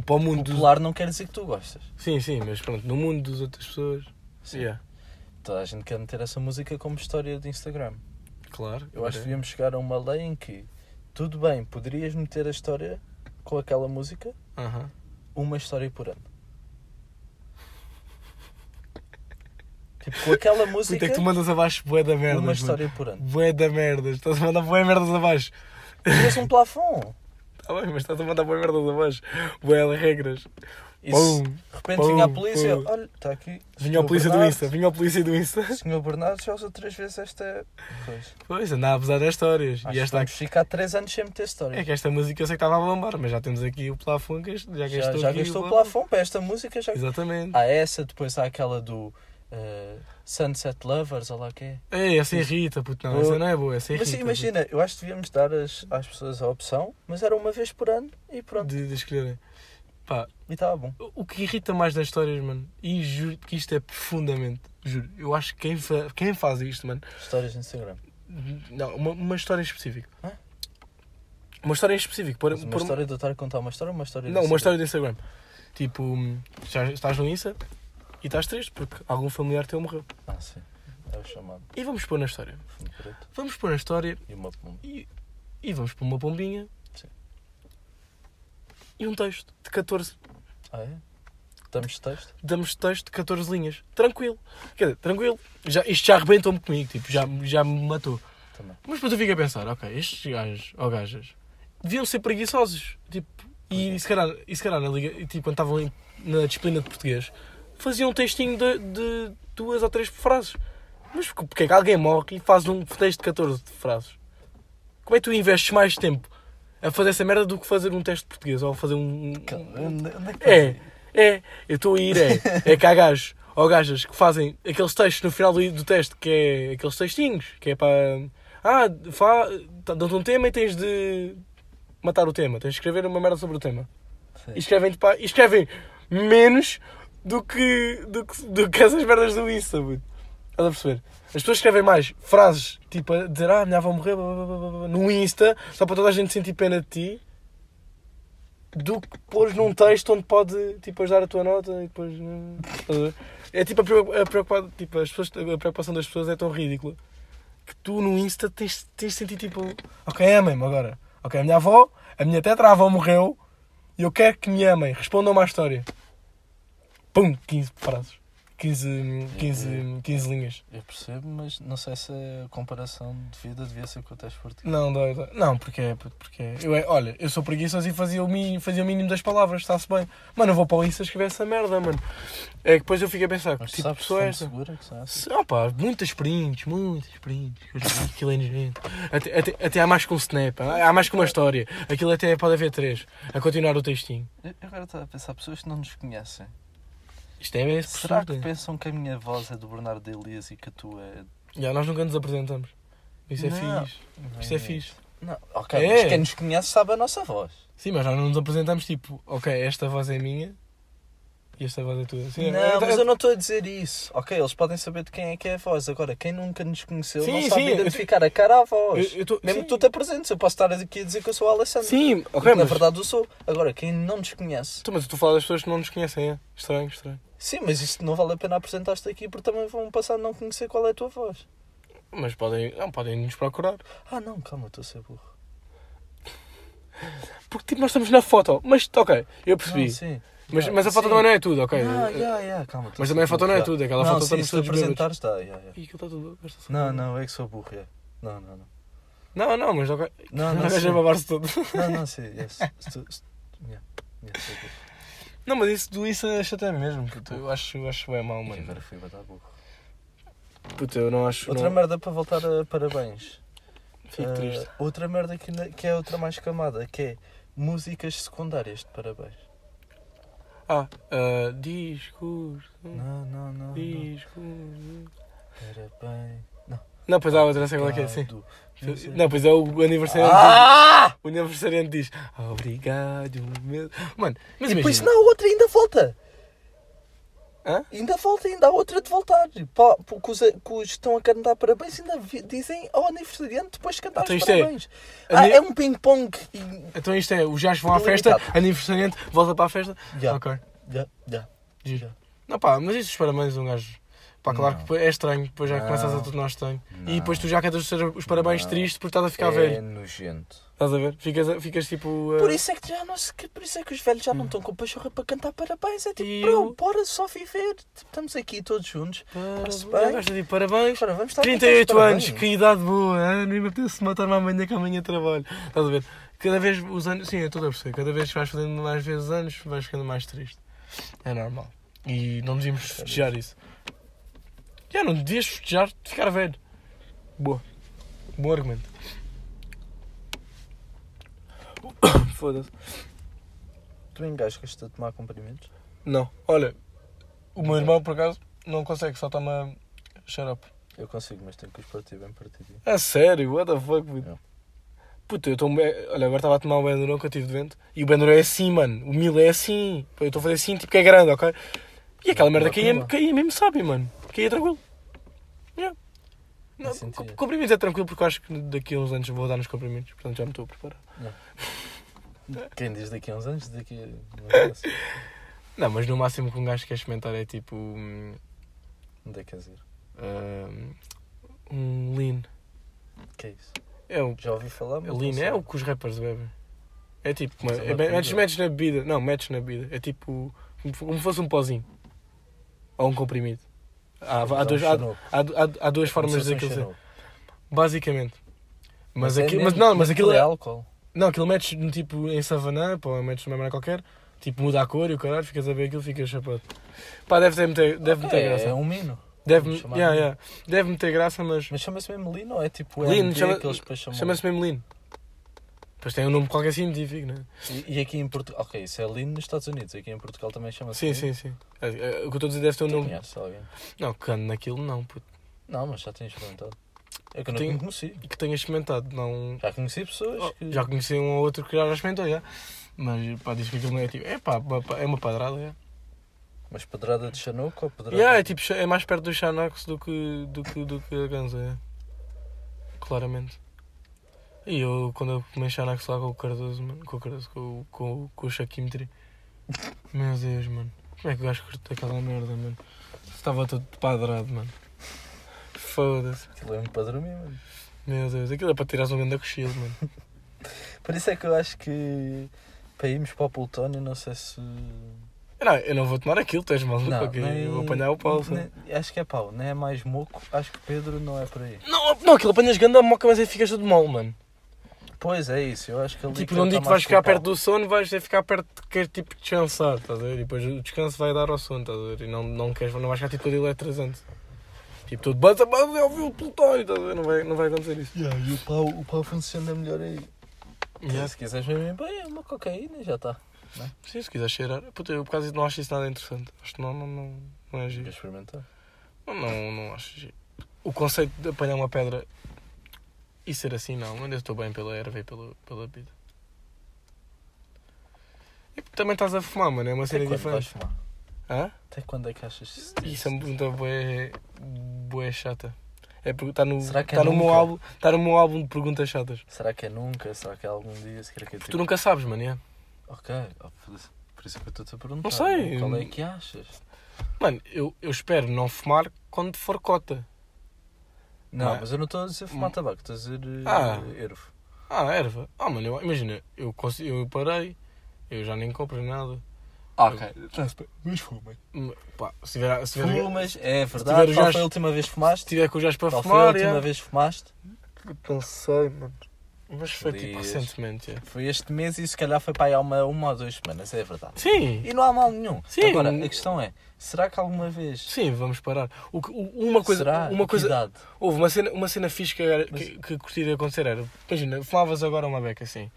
Speaker 1: Para o mundo Um dos...
Speaker 2: Popular não quer dizer que tu gostas.
Speaker 1: Sim, sim, mas pronto, no mundo das outras pessoas. Sim. Yeah,
Speaker 2: Toda a gente quer meter essa música como história de Instagram.
Speaker 1: claro.
Speaker 2: Eu acho que
Speaker 1: ok.
Speaker 2: devíamos chegar a uma lei em que, tudo bem, poderias meter a história com aquela música,
Speaker 1: Aham.
Speaker 2: uma história por ano. Tipo, com aquela
Speaker 1: Puta,
Speaker 2: música,
Speaker 1: é que tu mandas abaixo bué da merda.
Speaker 2: uma história por ano.
Speaker 1: Bué da merdas. Estás a mandar bué merdas abaixo.
Speaker 2: Tinhas um plafond.
Speaker 1: Está Tá bem, mas estás a mandar bué merdas abaixo. Bué de regras.
Speaker 2: E se
Speaker 1: Pum,
Speaker 2: de repente vinha a
Speaker 1: pum,
Speaker 2: polícia,
Speaker 1: pum.
Speaker 2: olha, está aqui.
Speaker 1: Vinha a
Speaker 2: Sr.
Speaker 1: polícia do
Speaker 2: Bernardo,
Speaker 1: Insta. Vinha a polícia do Insta.
Speaker 2: Senhor Bernardo já usou três vezes esta. Pois.
Speaker 1: Pois, andava a abusar das histórias.
Speaker 2: Acho
Speaker 1: e esta
Speaker 2: que vamos ficar três anos sem meter histórias.
Speaker 1: É que esta música eu sei que estava a bombar, mas já temos aqui o plafond, que já
Speaker 2: já
Speaker 1: gastou
Speaker 2: já
Speaker 1: aqui
Speaker 2: gastou o plafond Ah. para esta música. Já...
Speaker 1: Exatamente.
Speaker 2: Há essa, depois há aquela do eh, Sunset Lovers, ou lá o que é.
Speaker 1: Ei, essa irrita, puto, não,
Speaker 2: Boa.
Speaker 1: essa não é boa, essa
Speaker 2: Mas
Speaker 1: irrita.
Speaker 2: sim, imagina, eu acho que devíamos dar as- às pessoas a opção, mas era uma vez por ano e
Speaker 1: puto,
Speaker 2: pronto.
Speaker 1: De, de escolherem. Pá,
Speaker 2: E estava bom.
Speaker 1: o- o que irrita mais nas histórias, mano, e juro que isto é profundamente, juro, eu acho que quem, fa- quem faz isto, mano,
Speaker 2: Histórias no Instagram.
Speaker 1: não, uma, uma história em específico.
Speaker 2: Hã?
Speaker 1: Uma história em específico, por,
Speaker 2: Mas uma
Speaker 1: por-
Speaker 2: história de eu estar a contar uma história, uma história
Speaker 1: Não,
Speaker 2: do
Speaker 1: uma
Speaker 2: Instagram?
Speaker 1: história do Instagram. Tipo, hum, já estás no Insta e estás triste porque algum familiar teu morreu.
Speaker 2: Ah, sim. É o chamado
Speaker 1: E vamos pôr na história.
Speaker 2: fundo preto
Speaker 1: Vamos pôr na história
Speaker 2: e uma pomba.
Speaker 1: E, e vamos para uma pombinha.
Speaker 2: Sim.
Speaker 1: E um texto de 14.
Speaker 2: Ah, é? Damos texto?
Speaker 1: Damos texto de 14 linhas. Tranquilo. Quer dizer, tranquilo. Já, isto já arrebentou-me comigo, tipo, já, já me matou.
Speaker 2: Também.
Speaker 1: Mas depois eu fico a pensar, ok, estes gajos ou gajas deviam ser preguiçosos. Tipo, e, se calhar, e se calhar na liga, e, tipo, quando estavam em- na disciplina de português, faziam um textinho de, de duas ou três frases. Mas porque- porque é que alguém morre e faz um texto de 14 frases? Como é que tu investes mais tempo a fazer essa merda do que fazer um teste de português ou fazer um.
Speaker 2: Onde é que
Speaker 1: É, é, eu estou a ir, é. É que há gajos ou gajas que fazem aqueles textos no final do, do teste, que é aqueles textinhos, que é para. Ah, fa- tá- dão-te um tema e tens de matar o tema, tens de escrever uma merda sobre o tema.
Speaker 2: Sim.
Speaker 1: E escrevem, pá, e escrevem menos do que, do, que, do que essas merdas do Insta, puto. Estás a perceber? As pessoas escrevem mais frases, tipo, a dizer, ah, minha avó morreu, blá, blá, blá, blá, blá, no Insta, só para toda a gente sentir pena de ti, do que pôres num texto onde pode, tipo, ajudar a tua nota e depois... né? Estás a ver? É tipo, a preo- a preocupa- tipo, as pessoas, a preocupação das pessoas é tão ridícula que tu no Insta tens, tens de sentir, tipo, ok, amem-me agora. Ok, a minha avó, a minha tetra-avó morreu e eu quero que me amem, respondam-me à história. Pum, 15 frases. 15, 15, 15 linhas.
Speaker 2: Eu percebo, mas não sei se a comparação de vida devia ser com o teste português.
Speaker 1: Não, dói, dói. Não, porque é. puto, Porque é. Eu, é- olha, eu sou preguiçoso e fazia o, mi- fazia o mínimo das palavras, está-se bem. Mano, eu vou para o Insta escrever essa merda, mano. É que depois eu fico a pensar, que
Speaker 2: Mas
Speaker 1: tipo, de
Speaker 2: sabes que
Speaker 1: pessoa é
Speaker 2: fonte
Speaker 1: esta?
Speaker 2: segura que são essas?
Speaker 1: Se- Não, pá, muitas prints, muitas prints. que eu já vi que Aquilo é nojento. Até, até, até há mais que um snap, há há mais que uma história. Aquilo até pode haver três. A continuar o textinho.
Speaker 2: Eu eu agora estava a pensar, pessoas que não nos conhecem.
Speaker 1: Isto é esse
Speaker 2: Será que pensam que a minha voz é do Bernardo Elias e que a tua é.
Speaker 1: Já, nós nunca nos apresentamos. Isso é
Speaker 2: Não.
Speaker 1: fixe. Isto é fixe.
Speaker 2: Não, ok,
Speaker 1: É.
Speaker 2: mas quem nos conhece sabe a nossa voz.
Speaker 1: Sim, mas nós não nos apresentamos tipo, ok, esta voz é minha e esta voz é tua. Sim,
Speaker 2: não, mas eu não estou a dizer isso. Ok, eles podem saber de quem é que é a voz. Agora, quem nunca nos conheceu
Speaker 1: Sim,
Speaker 2: não sabe
Speaker 1: sim, eu
Speaker 2: identificar a cara à voz.
Speaker 1: Eu- eu tô-
Speaker 2: Mesmo
Speaker 1: sim.
Speaker 2: que tu te apresentes, eu posso estar aqui a dizer que eu sou o Alessandro.
Speaker 1: Sim,
Speaker 2: E
Speaker 1: ok,
Speaker 2: que, Na
Speaker 1: mas...
Speaker 2: verdade, eu sou. Agora, quem não nos conhece.
Speaker 1: Tu, mas tu falas das pessoas que não nos conhecem, é? Estranho, estranho.
Speaker 2: Sim, mas isso não vale a pena apresentar-te aqui porque também vão passar a não conhecer qual é a tua voz.
Speaker 1: Mas podem, não, podem nos procurar.
Speaker 2: Ah, não, calma, eu estou a ser burro.
Speaker 1: Porque, tipo, nós estamos na foto. Mas, ok, eu percebi.
Speaker 2: Não, sim.
Speaker 1: mas,
Speaker 2: Ah,
Speaker 1: mas a foto
Speaker 2: sim.
Speaker 1: também não é tudo, ok?
Speaker 2: Ah, yeah, yeah, calma, estou
Speaker 1: Mas
Speaker 2: ser
Speaker 1: também a foto
Speaker 2: burro,
Speaker 1: não é
Speaker 2: já.
Speaker 1: tudo, aquela
Speaker 2: não,
Speaker 1: foto
Speaker 2: sim,
Speaker 1: estamos
Speaker 2: se tu
Speaker 1: todos bêbados.
Speaker 2: apresentares, está. Yeah, yeah.
Speaker 1: Ih, aquilo está tudo... esta foto.
Speaker 2: Não, não, é que sou burro, yeah. Não, não, não.
Speaker 1: um Não, não, mas ok.
Speaker 2: Não,
Speaker 1: Não,
Speaker 2: não,
Speaker 1: gajo a
Speaker 2: sim.
Speaker 1: babar-se todo.
Speaker 2: Não, não, sim, yes. Estou- estou- yeah, yeah, sou burro.
Speaker 1: Não, mas isso do isso acho até mesmo, puto. Eu acho, eu acho bem mau,
Speaker 2: E
Speaker 1: mano.
Speaker 2: agora fui matar burro.
Speaker 1: Puto, eu não acho...
Speaker 2: Outra
Speaker 1: não...
Speaker 2: merda para voltar a parabéns.
Speaker 1: Fico
Speaker 2: Ah,
Speaker 1: triste.
Speaker 2: outra merda que, ainda- que é outra mais camada, que é músicas secundárias de parabéns.
Speaker 1: Ah, ah, discurso,
Speaker 2: Não, não, Ah, não. não.
Speaker 1: discurso...
Speaker 2: Parabéns.
Speaker 1: Não, pois há outra, não sei qual é que é, sim.
Speaker 2: Obrigado.
Speaker 1: Não, pois é o aniversariante.
Speaker 2: Ah!
Speaker 1: O aniversariante diz Obrigado, meu. Mano, mas
Speaker 2: E
Speaker 1: imagina.
Speaker 2: depois na outra ainda volta.
Speaker 1: Hã?
Speaker 2: Ainda volta, ainda há outra de voltar. Pá, que, os, que os que estão a cantar parabéns ainda vi- dizem ao aniversariante depois de cantar
Speaker 1: Então
Speaker 2: os
Speaker 1: isto é-
Speaker 2: parabéns. Ah,
Speaker 1: Ani-
Speaker 2: é um ping-pong. e-
Speaker 1: Então isto é, os gajos vão à festa,
Speaker 2: Limitado.
Speaker 1: aniversariante, volta para a festa.
Speaker 2: Já.
Speaker 1: Ok,
Speaker 2: Já, já.
Speaker 1: giro. Não pá, mas isso os parabéns um gajo. Pá, claro que é estranho, depois já
Speaker 3: Não.
Speaker 1: começas a tornar estranho.
Speaker 3: Não.
Speaker 1: E depois tu já cantas os- os parabéns
Speaker 3: Não.
Speaker 1: triste porque estás a ficar
Speaker 3: é
Speaker 1: velho.
Speaker 3: nojento.
Speaker 1: Estás a ver? Ficas, ficas tipo. eh,
Speaker 2: Por isso é que já não se, que- por isso é que os velhos já não estão com pachorra para cantar parabéns. É tipo,
Speaker 1: Hum. E
Speaker 2: bro,
Speaker 1: eu-
Speaker 2: bora só viver. Tipo, Estamos aqui todos juntos.
Speaker 1: "Ah, Parabéns.
Speaker 2: Está-se
Speaker 1: Eu
Speaker 2: bem.
Speaker 1: gosto de parabéns.
Speaker 2: Agora vamos estar a cantar os
Speaker 1: 38 anos,
Speaker 2: parabéns.
Speaker 1: que idade boa, hein? nem me apetece matar-me amanhã que amanhã trabalho. Estás a ver? Cada vez os anos, sim, eu estou a perceber, cada vez que vais fazendo mais vezes anos, vais ficando mais triste. É normal. E não devíamos festejar isso. Já não devias festejar de ficar velho. Boa. Bom argumento. Foda-se.
Speaker 2: Tu engasgas-te a tomar cumprimentos?
Speaker 1: Não, olha, o meu irmão por acaso não consegue, só toma xarope.
Speaker 2: Eu consigo, mas tenho que os partir bem partidinho.
Speaker 1: A É sério? What the fuck, puto?
Speaker 3: Yeah.
Speaker 1: Puto, eu estou. Olha, agora estava a tomar o Benduron que eu tive de vento. E o Benduron é assim, mano. O Mil é assim. Eu estou a fazer assim, tipo que é grande, ok? E aquela merda caía,
Speaker 2: pimba.
Speaker 1: caía mesmo, sabe, mano? Caía tranquilo. Yeah. Não,
Speaker 2: sentia.
Speaker 1: cu- cumprimentos é tranquilo porque eu acho que daqui a uns anos vou dar nos cumprimentos. Portanto, já me estou a preparar.
Speaker 2: Quem diz daqui a uns anos, daqui a. um Não conheço.
Speaker 1: Não, mas no máximo que um gajo quer experimentar é tipo. Um,
Speaker 2: Onde é que és ir?
Speaker 1: um, um lean.
Speaker 2: Que é isso?
Speaker 1: É o.
Speaker 2: Já ouvi falar, mas. não
Speaker 1: Lean
Speaker 2: sei.
Speaker 1: é o que os rappers bebem. É tipo, uma,
Speaker 2: Mas é
Speaker 1: é,
Speaker 2: uma
Speaker 1: bem- metes,
Speaker 2: bebida.
Speaker 1: metes na bebida. Não, metes na bebida. É tipo, como fo- como fosse um pozinho. Ou um comprimido. Há, há,
Speaker 2: Então,
Speaker 1: duas, há,
Speaker 2: xarope.
Speaker 1: há, há- há duas formas
Speaker 2: Como se fosse um
Speaker 1: daquilo ser.
Speaker 2: xarope.
Speaker 1: Basicamente. Mas,
Speaker 2: é
Speaker 1: aquilo, mas
Speaker 2: mesmo,
Speaker 1: não, mas aquilo
Speaker 2: é
Speaker 1: é.
Speaker 2: álcool.
Speaker 1: Não, aquilo metes no tipo em savanã, pá, ou metes numa maneira qualquer. Tipo, muda a cor e o caralho, ficas a ver aquilo, ficas chapado. Pá, deve ter muita, deve muita
Speaker 2: É, é
Speaker 1: graça.
Speaker 2: um mino.
Speaker 1: Deve,
Speaker 2: chamar
Speaker 1: yeah,
Speaker 2: de-
Speaker 1: yeah. deve muita graça, mas.
Speaker 2: Mas chama-se mesmo Lino ou é tipo
Speaker 1: Lean,
Speaker 2: LD
Speaker 1: chama-
Speaker 2: que eles depois chamam?
Speaker 1: Chama-se mesmo Lean. Pois tem um nome qualquer científico, não é?
Speaker 2: E, e aqui em Portugal. Ok, isso é Lean nos Estados Unidos. Aqui em Portugal também chama-se
Speaker 1: Sim, sim,
Speaker 2: Lean.
Speaker 1: sim. É, é, O que eu estou a dizer deve ter um
Speaker 2: Tu
Speaker 1: nome.
Speaker 2: conheces alguém?
Speaker 1: Não, que ando naquilo não, puto.
Speaker 2: Não, mas já tens experimentado. É que eu não
Speaker 1: Tenho-
Speaker 2: conheci.
Speaker 1: E que tenha experimentado, não.
Speaker 2: Já conheci pessoas
Speaker 1: Oh,
Speaker 2: que.
Speaker 1: Já conheci um ou outro que já experimentou, já. Mas pá, diz que aquilo não é tipo. É pá, pá, pá, é uma padrada, é.
Speaker 2: Mas pedrada de Chanuco ou pedrada.
Speaker 1: Yeah, é tipo, é mais perto do Xanax do que, do que, do que a ganza, é. Claramente. E eu, quando eu comei Xanax lá com o Cardoso, mano, com o Cardoso, com, o- com, o- com o Shakimitri, meu Deus, mano, como é que o gajo curte aquela merda, mano? Estava todo padrado, mano. Foda-se.
Speaker 2: Aquilo é um para dormir, mano.
Speaker 1: Meu Deus, aquilo é para tirar um grande cochilo, mano.
Speaker 2: Por isso é que eu acho que. Para irmos para o Plutónio, não sei se.
Speaker 1: Eu Não, eu não vou tomar aquilo, tu és maluco,
Speaker 2: Não,
Speaker 1: ok?
Speaker 2: nem-
Speaker 1: Eu vou apanhar o pau. sabe?
Speaker 2: nem- Acho que é pau, não é mais moco. Acho que Pedro não é por aí.
Speaker 1: Não, não, aquilo apanhas grande a moca, mas aí ficas todo mole, mano.
Speaker 2: Pois é, isso. Eu acho que ali.
Speaker 1: Tipo, não digo que vais ficar perto do sono, vais é ficar perto de querer tipo descansar, estás a ver? E depois o descanso vai dar ao sono, estás a ver? E não, não, queres, não vais ficar tipo todo eletrizante. Tipo, todo buzz a buzz, eu ouvi o plutónio, estás a ver? Não vai, não vai acontecer isso.
Speaker 2: e o pau, o pau funciona melhor aí.
Speaker 1: Yeah.
Speaker 2: Se quiseres beber bem, é uma cocaína e já está.
Speaker 1: Sim, se quiser cheirar. Puta, eu por causa disso não acho isso nada interessante. Acho que não, não, não, não é
Speaker 2: Quer
Speaker 1: giro.
Speaker 2: experimentar?
Speaker 1: Não, não, não acho giro. O conceito de apanhar uma pedra e ser assim, não. Ainda estou bem pela erva e pela, pela vida. E também estás a fumar, mano. É uma
Speaker 2: Até
Speaker 1: cena
Speaker 2: quando vais
Speaker 1: diferente.
Speaker 2: fumar?
Speaker 1: Hã?
Speaker 2: Até quando é que achas isso?
Speaker 1: Isso é uma pergunta bué, bué chata. É porque está no,
Speaker 2: Será que é
Speaker 1: tá no meu
Speaker 2: nunca?
Speaker 1: álbum, tá no meu álbum de perguntas chatas.
Speaker 2: Será que é nunca? Será que é algum dia? Será que é
Speaker 1: Tu
Speaker 2: tipo...
Speaker 1: nunca sabes, mano. é?
Speaker 2: Ok, ó, por isso- por isso é que eu estou-te a perguntar.
Speaker 1: Não sei.
Speaker 2: Qual é que achas?
Speaker 1: Mano, eu, eu espero não fumar quando for cota.
Speaker 2: Não,
Speaker 1: Não é?
Speaker 2: mas eu não estou a dizer fumar
Speaker 1: Hum.
Speaker 2: tabaco, estou a dizer eh,
Speaker 1: Ah.
Speaker 2: ervo.
Speaker 1: Ah, erva. Ah, mano, eu- imagina, eu, consi- eu parei, eu já nem compro nada. Ah,
Speaker 2: Ok, mas fumem.
Speaker 1: Hum, Pá, se tiver, se tiver,
Speaker 2: Fumas,
Speaker 1: tiver
Speaker 2: é verdade.
Speaker 1: os
Speaker 2: Qual
Speaker 1: gajos-
Speaker 2: foi a última vez que
Speaker 1: se
Speaker 2: fumaste?
Speaker 1: tiver com os gajos para
Speaker 2: Qual foi a
Speaker 1: fumar,
Speaker 2: última
Speaker 1: é.
Speaker 2: vez que fumaste?
Speaker 1: Pensei, mano. Mas foi tipo
Speaker 2: Dias.
Speaker 1: recentemente, é.
Speaker 2: Foi este mês e se calhar foi para aí há uma, uma ou duas semanas, é verdade.
Speaker 1: Sim,
Speaker 2: E não há mal nenhum.
Speaker 1: Sim.
Speaker 2: Agora, a questão é, será que alguma vez...
Speaker 1: sim, vamos parar. O que- o- uma coisa,
Speaker 2: será?
Speaker 1: uma
Speaker 2: Que
Speaker 1: coisa,
Speaker 2: idade?
Speaker 1: Houve uma cena, uma cena fixe que, era- que, que curti de acontecer era, imagina, fumavas agora uma beca assim,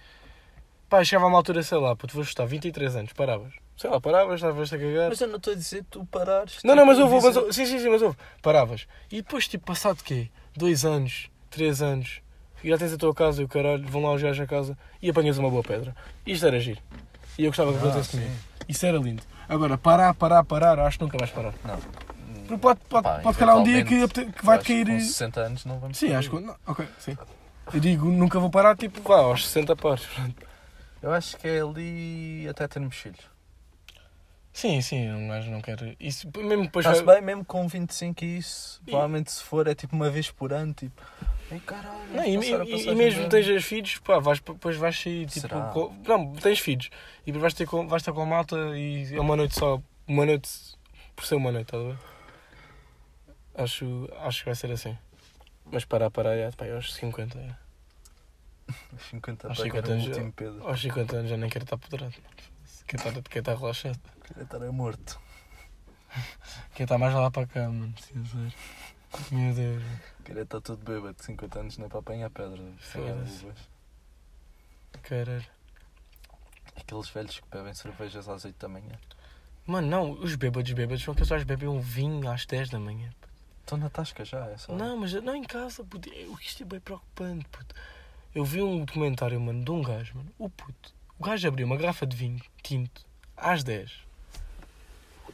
Speaker 1: pá, chegava a uma altura, sei lá, puto, vou chutar 23 anos, paravas, sei lá, paravas, estavas a cagar.
Speaker 2: Mas eu não estou a dizer que tu parares.
Speaker 1: não, não, mas
Speaker 2: eu
Speaker 1: houve,
Speaker 2: vou
Speaker 1: mas houve, sim, sim, sim, mas houve, paravas. E depois, tipo, passado quê? Dois anos, três anos, e já tens a tua casa e o caralho, vão lá os gajos a casa e apanhas uma boa pedra. Isto era giro. E eu gostava que
Speaker 2: Ah,
Speaker 1: acontecesse comigo.
Speaker 2: sim.
Speaker 1: Isso era lindo. Agora, parar, parar, parar, acho que nunca vais parar.
Speaker 2: Não.
Speaker 1: Porque pode, pode,
Speaker 2: Pá,
Speaker 1: pode calhar um dia que,
Speaker 2: eventualmente,
Speaker 1: apete- que vai
Speaker 2: acho que
Speaker 1: cair.
Speaker 2: Com 60 anos não vamos
Speaker 1: Sim,
Speaker 2: ter.
Speaker 1: acho que. não, ok, sim. Eu digo, nunca vou parar, tipo, vá, aos 60 pares. pronto.
Speaker 2: Eu acho que é ali até termos filhos.
Speaker 1: Sim, sim, um gajo não quer. Isso, mesmo depois.
Speaker 2: Está-se
Speaker 1: vai-
Speaker 2: bem, mesmo com 25 e isso,
Speaker 1: E-
Speaker 2: provavelmente se for é tipo uma vez por ano, tipo. Ei caralho,
Speaker 1: Não,
Speaker 2: vamos
Speaker 1: e,
Speaker 2: passar a
Speaker 1: e-
Speaker 2: passagem
Speaker 1: e
Speaker 2: de
Speaker 1: mesmo
Speaker 2: ano."
Speaker 1: tens filhos, pá, vais, depois vais sair, tipo,
Speaker 2: Será?
Speaker 1: com- não, tens filhos, e depois vais, ter com, vais estar com a malta e é uma noite só, uma noite, por ser uma noite, estás a ver? Acho, acho que vai ser assim. Mas parar, parar, já, pá, é eu acho 50, já.
Speaker 2: Aos 50
Speaker 1: Aos
Speaker 2: anos.
Speaker 1: 50
Speaker 2: o
Speaker 1: anos
Speaker 2: último Pedro.
Speaker 1: aos 50 anos já nem quero estar poderado, quero estar, quero estar relaxado,
Speaker 2: Queria estar é morto.
Speaker 1: quero estar mais lá para cá, mano, sincero. Meu Deus, mano.
Speaker 2: Queria estar tudo bêbado. 50 anos não é para apanhar pedra. apanhar
Speaker 1: Foda-se.
Speaker 2: uvas.
Speaker 1: caralho.
Speaker 2: Aqueles velhos que bebem cervejas às 8 da manhã.
Speaker 1: Mano, não, os bêbados, bêbados, são pessoas que bebem um vinho às 10 da manhã,
Speaker 2: Estão na tasca já, é só.
Speaker 1: Não, mas não em casa, puto. É- O que isto é bem preocupante, puto. Eu vi um documentário, mano, de um gajo, mano. O puto. O gajo abriu uma garrafa de vinho tinto às 10.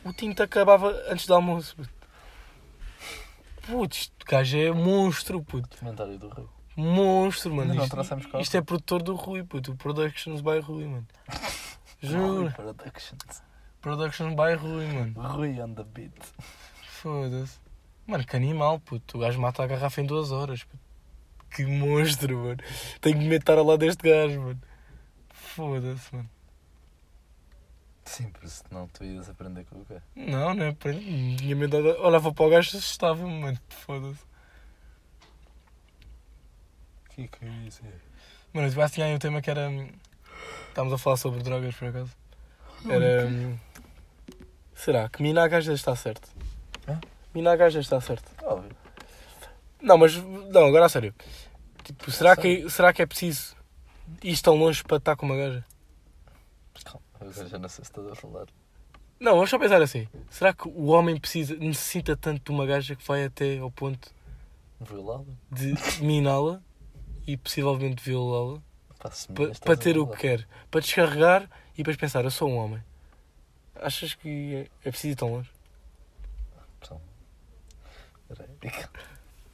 Speaker 1: O tinto acabava antes do almoço, puto. Puto, isto- o gajo é monstro, puto.
Speaker 2: Comentário do Rio.
Speaker 1: Monstro, mano.
Speaker 2: Ainda não
Speaker 1: Isto,
Speaker 2: trouxemos causa.
Speaker 1: isto é produtor do Rui, puto. O Productions by Rui, mano.
Speaker 2: Rui
Speaker 1: Juro.
Speaker 2: Productions.
Speaker 1: Productions by Rui, mano.
Speaker 2: Rui on the beat.
Speaker 1: Foda-se. Mano, que animal, puto. O gajo mata a garrafa em duas horas, puto. Que monstro, mano. Tenho medo de estar ao lado deste gajo, mano. Foda-se, mano.
Speaker 2: Sim, porque senão tu ias aprender com o quê?
Speaker 1: Não, não é para ele. Tinha medo de... Olhava para o gajo e assustava-me, mano. Foda-se.
Speaker 2: O que é que eu ia dizer?
Speaker 1: Mano, eu acho que tinha aí um tema que era... hum, Estávamos a falar sobre drogas, por acaso. Era... hum, Será que mina a gaja está certo?
Speaker 2: Hã?
Speaker 1: Mina a gaja está certo.
Speaker 2: Óbvio.
Speaker 1: Não, mas não, agora a sério. Tipo, será,
Speaker 2: sério.
Speaker 1: que, será que é preciso ir tão longe para estar com uma gaja?
Speaker 2: Calma, agora já não sei se estás a falar.
Speaker 1: Não, vamos só pensar assim. Será que o homem precisa, necessita tanto de uma gaja que vai até ao ponto
Speaker 2: Violado?
Speaker 1: de miná-la e possivelmente violá-la
Speaker 2: Faço
Speaker 1: pa- para ter o que quer? Para descarregar e depois pensar, eu sou um homem. Achas que é, é preciso ir tão longe?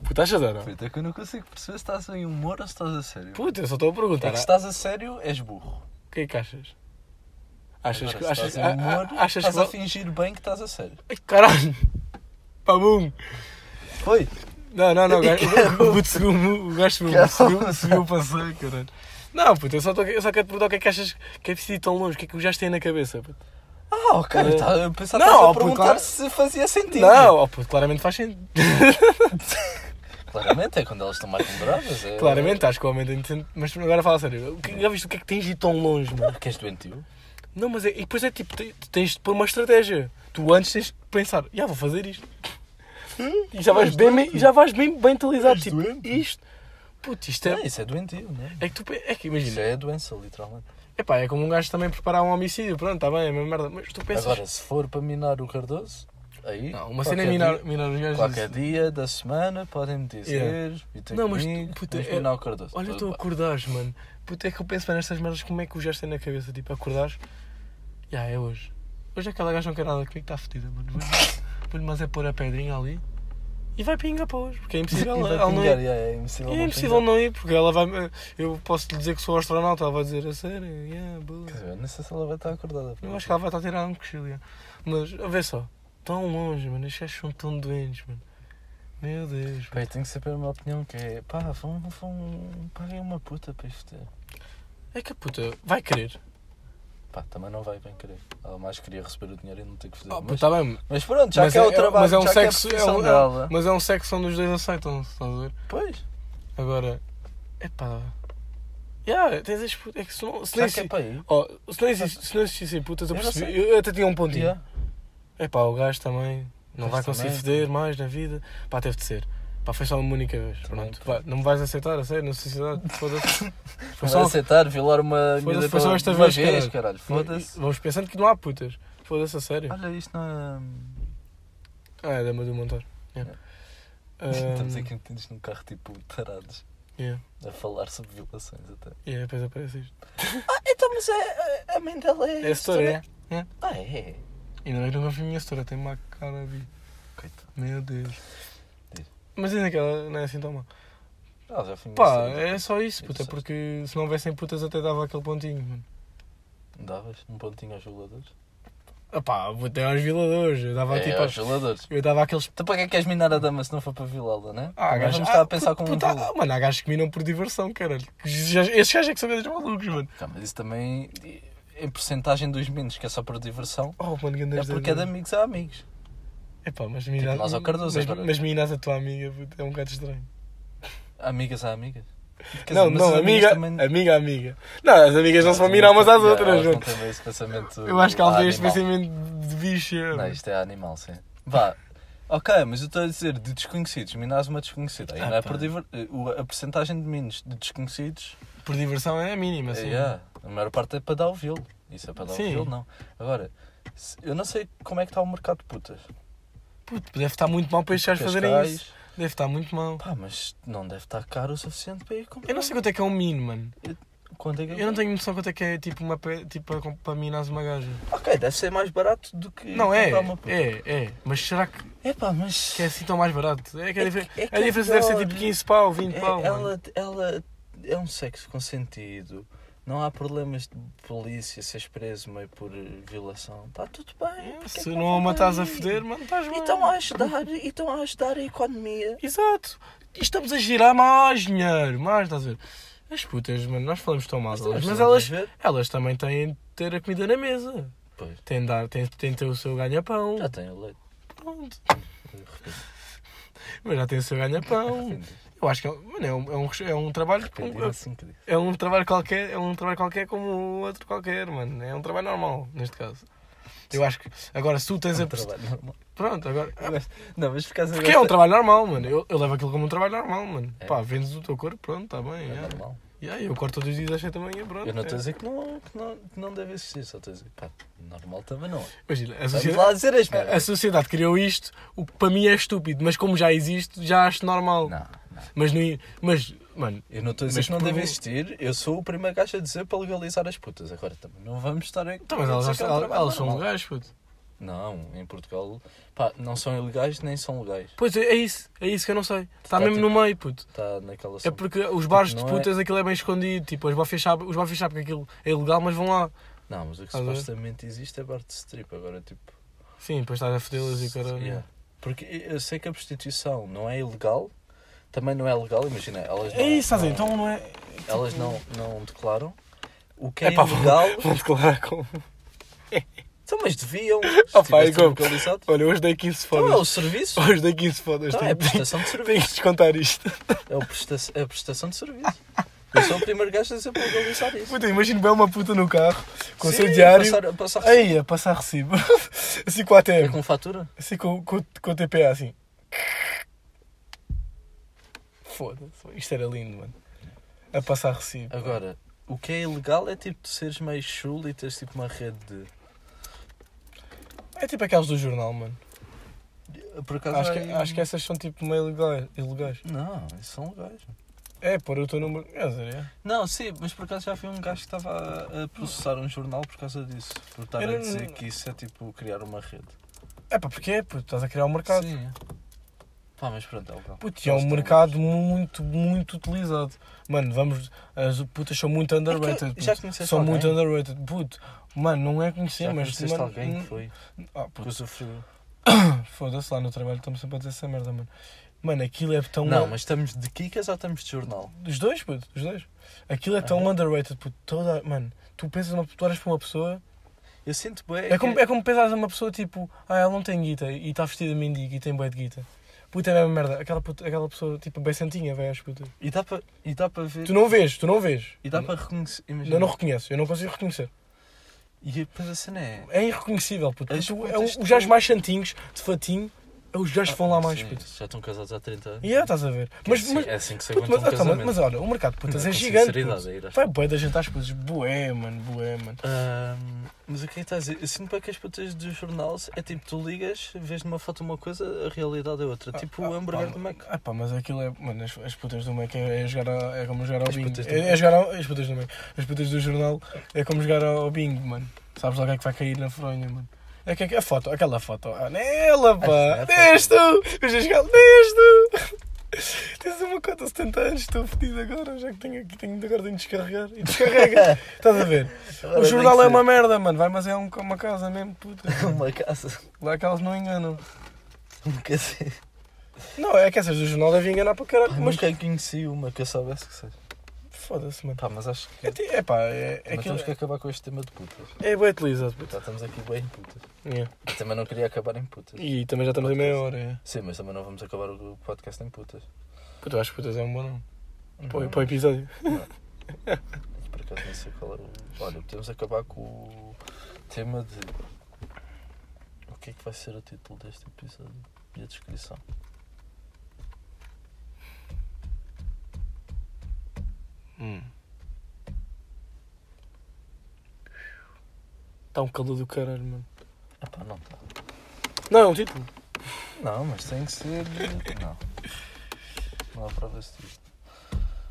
Speaker 1: Puta, achas ou não?
Speaker 2: Puta, é que eu não consigo perceber se estás em humor ou se estás a sério.
Speaker 1: Puta, eu só estou a
Speaker 2: É
Speaker 1: perguntar.
Speaker 2: que se estás a sério, és burro.
Speaker 1: O que é que achas? Achas que.
Speaker 2: Agora, se
Speaker 1: Achas,
Speaker 2: estás em
Speaker 1: a- a-
Speaker 2: humor,
Speaker 1: achas
Speaker 2: estás
Speaker 1: que.
Speaker 2: a fingir bem que estás a sério.
Speaker 1: Ai, Caralho! Pabum!
Speaker 2: Foi.
Speaker 1: Não, não, não, o gajo,
Speaker 2: Caramba.
Speaker 1: o puto subiu, um, o gajo subiu,
Speaker 2: Caramba.
Speaker 1: subiu, subiu o passeio, caralho. Não, puto, eu só, tô- eu só quero te perguntar o que é que achas que é preciso ir tão longe, o que é que o gajo tem na cabeça, puto.
Speaker 2: Ah, ok.
Speaker 1: É.
Speaker 2: Tá,
Speaker 1: Não,
Speaker 2: eu pensava que estás
Speaker 1: ó,
Speaker 2: a
Speaker 1: puto,
Speaker 2: perguntar
Speaker 1: claro.
Speaker 2: se fazia sentido.
Speaker 1: Não, oh, puto, claramente faz sentido.
Speaker 2: Claramente, é quando elas estão mais bravas. É...
Speaker 1: Claramente, acho que o homem tem de sen- mas agora fala sério, o que, já viste o que é que tens de ir tão longe, mano?
Speaker 2: Porque Ah, és doentio.
Speaker 1: Não, mas é, e depois é tipo, te- tens de pôr uma estratégia. Tu antes tens de pensar, já vou fazer isto.
Speaker 2: Hum?
Speaker 1: E já vais bem, e já vais bem, bem mentalizado,
Speaker 2: És
Speaker 1: tipo,
Speaker 2: doente.
Speaker 1: isto. Puto, isto
Speaker 2: Não,
Speaker 1: é...
Speaker 2: isso é doentio, não é?
Speaker 1: É que tu, pe- é que
Speaker 2: Isso
Speaker 1: imagina,
Speaker 2: é doença, literalmente.
Speaker 1: Epá, é como um gajo também preparar um homicídio, pronto, está bem, é a mesma merda. Mas tu pensas.
Speaker 2: Agora, se for para minar o Cardoso, aí.
Speaker 1: não, uma cena é
Speaker 2: qualquer
Speaker 1: minar,
Speaker 2: dia-
Speaker 1: minar os gajos.
Speaker 2: Qualquer
Speaker 1: assim.
Speaker 2: dia da semana podem me dizer.
Speaker 1: Yeah.
Speaker 2: E tem
Speaker 1: Não,
Speaker 2: não,
Speaker 1: mas
Speaker 2: mas
Speaker 1: tu-
Speaker 2: comigo,
Speaker 1: puta,
Speaker 2: vamos
Speaker 1: é-
Speaker 2: minar o Cardoso.
Speaker 1: Olha, tu acordares, mano. Puta, é que eu penso bem nestas merdas, como é que o gajo tem na cabeça? Tipo, acordares. Já, é hoje. Hoje aquela gaja não quer nada comigo, está fodida, mano. Vou-lhe- Vou-lhe, mas é pôr a pedrinha ali e vai pingar para hoje, porque é
Speaker 2: E
Speaker 1: impossível.
Speaker 2: vai
Speaker 1: ela não
Speaker 2: pingar,
Speaker 1: ir.
Speaker 2: yeah, é impossível.
Speaker 1: É
Speaker 2: não
Speaker 1: impossível
Speaker 2: pingar.
Speaker 1: não ir, porque ela vai. Eu posso lhe dizer que sou astronauta, ela vai dizer a sério, yeah, boa.
Speaker 2: Quer dizer, eu Não sei se ela vai estar acordada.
Speaker 1: Eu acho que ela vai estar a tirar um cochilo. já. Mas, a ver só, tão longe, mano. Estes gajos são tão doentes, mano. Meu Deus,
Speaker 2: Pá,
Speaker 1: mano.
Speaker 2: eu tenho que saber a minha opinião, que é pá, vão, vão, paguem uma puta para isto ter.
Speaker 1: É que a puta vai querer.
Speaker 2: Pá, também não vai bem querer. Ela mais queria receber o dinheiro e não ter que fazer.
Speaker 1: Ah,
Speaker 2: mas,
Speaker 1: está bem.
Speaker 2: mas pronto, já
Speaker 1: mas
Speaker 2: que é, o trabalho,
Speaker 1: mas é um
Speaker 2: já
Speaker 1: sexo.
Speaker 2: que é a
Speaker 1: é um- é?
Speaker 2: profissão dela.
Speaker 1: Mas é um sexo onde os dois aceitam-se, estás a ver?
Speaker 2: Pois,
Speaker 1: Agora, é pá. Yeah, tens as putas. É que se não, se não
Speaker 2: já que é
Speaker 1: existe-
Speaker 2: para aí.
Speaker 1: Oh, se não existe- se não existissem putas, eu
Speaker 2: Eu não
Speaker 1: percebi.
Speaker 2: sei.
Speaker 1: Eu, até tinha um pontinho.
Speaker 2: Yeah.
Speaker 1: É pá, o gajo também não
Speaker 2: Pois
Speaker 1: vai conseguir
Speaker 2: também.
Speaker 1: foder mais na vida. Pá, teve de ser. Pá, foi só uma única vez.
Speaker 2: Também,
Speaker 1: Pronto.
Speaker 2: pá.
Speaker 1: Vá, não me vais aceitar, a sério, na sociedade. Foda-se. Foi
Speaker 2: Não
Speaker 1: só- um
Speaker 2: vai aceitar violar uma
Speaker 1: Foda-se,
Speaker 2: miúda
Speaker 1: foi só
Speaker 2: pela-
Speaker 1: esta
Speaker 2: uma
Speaker 1: vez, caralho.
Speaker 2: caralho. Foda-se. Ah.
Speaker 1: Vamos pensando que não há putas. Foda-se, a sério.
Speaker 2: Olha, isto não é.
Speaker 1: Ah, é da Madhu Montar. Yeah. Ahm, Ehm.
Speaker 2: Estamos aqui metidos num carro tipo tarados.
Speaker 1: Um, Yeah.
Speaker 2: A falar sobre violações até.
Speaker 1: E aí depois aparece isto.
Speaker 2: Ah, então, mas é, a- a mãe dela é.
Speaker 1: É a história, é? É.
Speaker 2: Ah, é.
Speaker 1: Ainda bem que nunca vi a minha história, tem uma cara de.
Speaker 2: Coitado.
Speaker 1: Meu Deus.
Speaker 2: Diz.
Speaker 1: Mas dizem que ela não é assim tão má.
Speaker 2: Ah, já fui
Speaker 1: Pá,
Speaker 2: engraçado.
Speaker 1: é só isso,
Speaker 2: Eu
Speaker 1: puta,
Speaker 2: sei.
Speaker 1: porque se não houvessem putas até dava aquele pontinho, mano.
Speaker 2: Davas um pontinho aos violadores?
Speaker 1: Ah pá, até aos violadores, eu dava
Speaker 2: é,
Speaker 1: tipo.
Speaker 2: aos
Speaker 1: aos-
Speaker 2: violadores.
Speaker 1: Eu dava aqueles.
Speaker 2: Então, para que é que queres minar a dama se não for para violá-la, né?
Speaker 1: Ah,
Speaker 2: Também
Speaker 1: gajo-
Speaker 2: vamos estar a
Speaker 1: ah,
Speaker 2: pensar
Speaker 1: puta,
Speaker 2: como um
Speaker 1: puta,
Speaker 2: violador.
Speaker 1: ah, Mano, há gajos que minam por diversão, caralho. Esses gajos é que são gajos malucos, mano.
Speaker 2: Tá, mas isso também, em porcentagem dos menos, que é só por diversão,
Speaker 1: Oh, mano,
Speaker 2: é
Speaker 1: grandes
Speaker 2: porque é de amigos a amigos.
Speaker 1: Epá, mas minas.
Speaker 2: nós ao Cardoso
Speaker 1: mas,
Speaker 2: agora.
Speaker 1: mas minas a tua amiga, puta, é um bocado estranho.
Speaker 2: Amigas a amigas. Quer
Speaker 1: não,
Speaker 2: dizer, mas
Speaker 1: não,
Speaker 2: as
Speaker 1: amiga,
Speaker 2: amigas também-
Speaker 1: amiga, amiga. Não, as amigas não se vão mirar umas às
Speaker 2: Não,
Speaker 1: outras,
Speaker 2: elas não
Speaker 1: mano.
Speaker 2: têm bem esse pensamento
Speaker 1: Eu acho que ela tem este
Speaker 2: Ah, animal.
Speaker 1: pensamento de bicho. eh,
Speaker 2: Não, isto é animal, sim. Vá. Ok, mas eu estou a dizer de desconhecidos, minas uma desconhecida. Aí
Speaker 1: Ah,
Speaker 2: não é
Speaker 1: pá.
Speaker 2: por diver... o- A porcentagem de menos de desconhecidos,
Speaker 1: Por diversão é a mínima,
Speaker 2: é,
Speaker 1: sim.
Speaker 2: yeah, a maior parte é para dar o vil. Isso é para dar o
Speaker 1: Sim.
Speaker 2: vil, não. Agora, se- eu não sei como é que está o mercado de putas.
Speaker 1: Puto, deve estar muito mal para estes gajos fazerem
Speaker 2: Cascais.
Speaker 1: isso. Deve estar muito mal.
Speaker 2: Pá, mas não deve estar caro o suficiente para ir comprar.
Speaker 1: Eu não sei quanto é que é um mino, mano.
Speaker 2: Quanto é que
Speaker 1: Eu não tenho noção quanto é que é tipo, uma, pe- tipo para- para minas uma gaja.
Speaker 2: Ok, deve ser mais barato do que
Speaker 1: Não é,
Speaker 2: comprar uma puta.
Speaker 1: é, é. Mas será que,
Speaker 2: É pá, mas.
Speaker 1: que é assim tão mais barato? É que a,
Speaker 2: É que-
Speaker 1: difer-
Speaker 2: é que
Speaker 1: a diferença deve ser tipo
Speaker 2: agora-
Speaker 1: 15 pau, 20
Speaker 2: É-
Speaker 1: pau. mano.
Speaker 2: ela, ela é um sexo consentido. Não há problemas de polícia seres preso meio por violação. Está tudo bem.
Speaker 1: É,
Speaker 2: porque é
Speaker 1: Se
Speaker 2: que
Speaker 1: não a
Speaker 2: vai
Speaker 1: matas a
Speaker 2: aí?
Speaker 1: foder, mano, estás
Speaker 2: E
Speaker 1: bem.
Speaker 2: estão a ajudar, e estão a ajudar a economia.
Speaker 1: Exato. E estamos a girar mais dinheiro, mais, estás a ver? As putas, mano, nós falamos tão
Speaker 2: Então,
Speaker 1: mal delas, mas elas,
Speaker 2: Ver?
Speaker 1: elas também têm de ter a comida na mesa.
Speaker 2: Pois.
Speaker 1: Têm de, dar, têm, têm de ter o seu ganha-pão.
Speaker 2: Já tem o leite.
Speaker 1: Pronto.
Speaker 2: de repente,
Speaker 1: Mas já têm o seu ganha-pão.
Speaker 2: arrependi.
Speaker 1: Eu acho que é, um- mano, é, um, é, um, é um trabalho.
Speaker 2: Arrependi assim que disse.
Speaker 1: É um trabalho qualquer, é um trabalho qualquer como o outro qualquer, mano. É um trabalho normal, neste caso. Eu acho que. Agora, se tu tens
Speaker 2: É
Speaker 1: a.
Speaker 2: um trabalho normal.
Speaker 1: Pronto, agora.
Speaker 2: Não, mas por causa
Speaker 1: Porque é um trabalho normal, mano. Eu, eu levo aquilo como um trabalho normal, mano.
Speaker 2: É.
Speaker 1: Pá, vendes o teu corpo, pronto, está bem.
Speaker 2: É
Speaker 1: Yeah.
Speaker 2: normal.
Speaker 1: Yeah, eu corto todos os dias às 7 da manhã, pronto.
Speaker 2: Eu não estou a
Speaker 1: é.
Speaker 2: dizer que não, que não, que não deve existir, só estou a dizer, pá, normal também não. é.
Speaker 1: Imagina, a
Speaker 2: Vamos
Speaker 1: sociedade,
Speaker 2: lá dizer as
Speaker 1: a- a
Speaker 2: merdas.
Speaker 1: sociedade criou isto, o que para mim é estúpido, mas como já existe, já acho normal.
Speaker 2: Não, não.
Speaker 1: Mas, no, in- mas, mano,
Speaker 2: Eu não estou a dizer
Speaker 1: Mas
Speaker 2: que não
Speaker 1: por-
Speaker 2: deve existir, eu sou o primeiro gajo a dizer para legalizar as putas. Agora também não vamos estar a.
Speaker 1: então, mas
Speaker 2: a
Speaker 1: elas,
Speaker 2: dizer que é um
Speaker 1: elas,
Speaker 2: trabalho
Speaker 1: elas são
Speaker 2: normal.
Speaker 1: legais, puto.
Speaker 2: Não, em Portugal, pá, não são ilegais nem são legais.
Speaker 1: Pois é, é isso, é isso que eu não sei. Está
Speaker 2: Tá,
Speaker 1: mesmo
Speaker 2: tipo,
Speaker 1: no meio, puto.
Speaker 2: Está naquela.
Speaker 1: É
Speaker 2: cena.
Speaker 1: porque os bares de
Speaker 2: não é-
Speaker 1: putas aquilo é bem escondido, tipo, os bofes sabem, os bofes sabem que aquilo é ilegal, mas vão lá.
Speaker 2: Não, mas o que
Speaker 1: Estás a ver?
Speaker 2: supostamente existe é bar de strip, agora tipo.
Speaker 1: Sim, depois estás a fodê-las e caralho.
Speaker 2: Yeah. Porque eu sei que a prostituição não é ilegal, também não é legal, imagina, elas não.
Speaker 1: É isso, estás a
Speaker 2: não-
Speaker 1: dizer, então não é.
Speaker 2: Elas não, não declaram. O que é,
Speaker 1: Epá,
Speaker 2: ilegal.
Speaker 1: Vão declarar como.
Speaker 2: Então, mas deviam.
Speaker 1: Ah,
Speaker 2: Se
Speaker 1: pá,
Speaker 2: tivesse
Speaker 1: como-
Speaker 2: localizado.
Speaker 1: Olha, hoje dei 15
Speaker 2: Então é
Speaker 1: fodas.
Speaker 2: o serviço.
Speaker 1: Hoje dei 15 fodas.
Speaker 2: Então é
Speaker 1: Tenho tenho-
Speaker 2: a prestação de
Speaker 1: tenho
Speaker 2: serviço.
Speaker 1: que descontar isto.
Speaker 2: É o presta é a prestação de serviço. Eu sou o primeiro gajo a dizer para localizar isso.
Speaker 1: Puta, imagino bem uma puta no carro, com o
Speaker 2: Sim,
Speaker 1: seu diário.
Speaker 2: Passar, passar receita
Speaker 1: Aí, a passar recibo. assim com a ATM.
Speaker 2: com fatura.
Speaker 1: Assim com, com, com o TPA, assim. Foda-se. Isto era lindo, mano. A passar recibo.
Speaker 2: Agora, o que é ilegal é tipo tu seres meio chulo e teres tipo uma rede de.
Speaker 1: É tipo aqueles do jornal, mano.
Speaker 2: Por acaso
Speaker 1: Acho que,
Speaker 2: é-
Speaker 1: acho que essas são tipo meio ilegais. ilegais.
Speaker 2: Não, isso são legais.
Speaker 1: É, pôr o teu número. Quer dizer, é.
Speaker 2: Não, sim, mas por acaso já vi um gajo que estava a- a processar um jornal por causa disso. Por estar
Speaker 1: Eu
Speaker 2: a
Speaker 1: não-
Speaker 2: dizer que isso é tipo criar uma rede.
Speaker 1: É pá, porque é, puto, estás a criar um mercado.
Speaker 2: Sim. é. Pá, mas pronto, é legal.
Speaker 1: Puto, e é um mercado muito, muito utilizado. Mano, vamos. As putas são muito underrated.
Speaker 2: É já
Speaker 1: puto.
Speaker 2: conheceste
Speaker 1: são
Speaker 2: alguém?
Speaker 1: muito underrated. Puto, mano, não é conhecer,
Speaker 2: Já
Speaker 1: mas.
Speaker 2: conheceste
Speaker 1: mano,
Speaker 2: alguém que
Speaker 1: hum,
Speaker 2: foi,
Speaker 1: ah,
Speaker 2: que
Speaker 1: puto,
Speaker 2: usufruiu?
Speaker 1: Foda-se, lá no trabalho estamos sempre a dizer essa merda, mano. Mano, aquilo é tão.
Speaker 2: Não, mas estamos de Kikas ou estamos de jornal?
Speaker 1: Os dois, puto, os dois. Aquilo é tão
Speaker 2: Ah.
Speaker 1: underrated, puto. Toda. Mano, tu pensas, uma... tu olhas para uma pessoa.
Speaker 2: Eu sinto bem.
Speaker 1: É como, é como pensares a uma pessoa tipo, ah, ela não tem guita e está vestida de mendigo e tem boé de guita. Puta, é a mesma merda. Aquela, puta- aquela pessoa, tipo, bem santinha, velho, as putas.
Speaker 2: E dá para e dá para ver.
Speaker 1: Tu não vês, tu não vês.
Speaker 2: E dá para reconhecer. Imagina.
Speaker 1: Eu não reconheço, eu não consigo reconhecer.
Speaker 2: E depois a cena é.
Speaker 1: É irreconhecível, puto.
Speaker 2: As
Speaker 1: Tu- é
Speaker 2: putas
Speaker 1: o- os gajos
Speaker 2: estão-
Speaker 1: mais santinhos, de fatinho, é Os gajos que vão lá mais,
Speaker 2: Ah, Sim,
Speaker 1: puto.
Speaker 2: Já estão casados há 30 anos.
Speaker 1: E é, estás a ver.
Speaker 2: Que é,
Speaker 1: Mas,
Speaker 2: assim,
Speaker 1: mas,
Speaker 2: é assim que se
Speaker 1: puto,
Speaker 2: aguenta
Speaker 1: mas,
Speaker 2: um
Speaker 1: ah, tá, mas-
Speaker 2: casamento.
Speaker 1: mas olha, o mercado de putas
Speaker 2: Com
Speaker 1: é gigante.
Speaker 2: sinceridade
Speaker 1: puto.
Speaker 2: aí, das-
Speaker 1: Vai bué da gente às putas. Bué, mano, bué, mano.
Speaker 2: Ahm, mas o que é que estás a dizer? Eu sinto para que as putas dos jornais é tipo, tu ligas, vês numa foto uma coisa, a realidade é outra. tipo o hambúrguer do Mac.
Speaker 1: Ah pá, mas aquilo é. Mano, as, as putas do Mac é, é jogar ao- é como jogar ao
Speaker 2: As
Speaker 1: bingo.
Speaker 2: putas do
Speaker 1: É, é
Speaker 2: Mac.
Speaker 1: jogar ao, as putas do Mac. As putas do jornal é como jogar ao, ao bingo, mano. Sabes lá o que é que vai cair na fronha, mano. É que é que- a foto, aquela foto. Ah, nela, pá!
Speaker 2: Ah, sim, é a
Speaker 1: Tens tu! Eu já cheguei tens tu! Tens uma cota de 70 anos, estou fedido agora, já que tenho aqui, tenho, agora tenho de descarregar. E descarrega! Estás a ver? O jornal é uma merda, mano. Vai, mas é um- uma casa mesmo, puta.
Speaker 2: Uma casa.
Speaker 1: Lá que elas não enganam.
Speaker 2: Um casal.
Speaker 1: Não, é que essas do jornal devem enganar para caralho.
Speaker 2: Mas
Speaker 1: Mas
Speaker 2: quem conheci uma que eu soubesse que seja.
Speaker 1: foda-se, mano.
Speaker 2: Pá, mas acho que.
Speaker 1: É, ti- é pá, é, é
Speaker 2: mas
Speaker 1: aquilo.
Speaker 2: temos que acabar com este tema de putas.
Speaker 1: É bem utilizado, puto.
Speaker 2: Já estamos aqui bem em putas.
Speaker 1: Yeah.
Speaker 2: Eu também não queria acabar em putas.
Speaker 1: E também já estamos em meia hora. É.
Speaker 2: Sim, mas também não vamos acabar o podcast em putas.
Speaker 1: Puto, eu acho que putas é um bom nome. Para o-
Speaker 2: Não.
Speaker 1: Para o episódio.
Speaker 2: Por acaso nem sei qual era o. Olha, podemos acabar com o tema de. O que é que vai ser o título deste episódio? E a descrição.
Speaker 1: Hum. Está um calor do caralho, mano.
Speaker 2: Ah pá, não está.
Speaker 1: Não, é um título.
Speaker 2: Não, mas tem que ser. Não. Não há prova disto.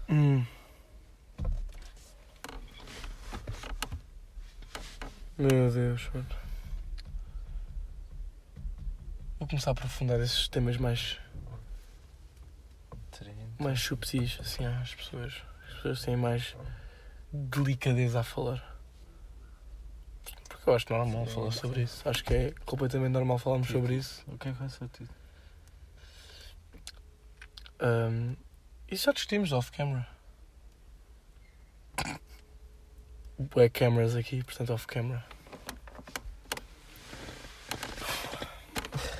Speaker 1: Hum. Meu Deus, mano. Vou começar a aprofundar esses temas mais,
Speaker 2: Trinta.
Speaker 1: mais subtis, assim, às pessoas. As pessoas têm mais delicadeza a falar. Porque eu acho normal
Speaker 2: Sim,
Speaker 1: falar
Speaker 2: sim.
Speaker 1: sobre isso. Acho que é completamente normal falarmos sobre isso.
Speaker 2: O que é que vai ser o título?
Speaker 1: Ahm, isso Hum, já discutimos off-camera. É câmeras aqui, portanto off-camera.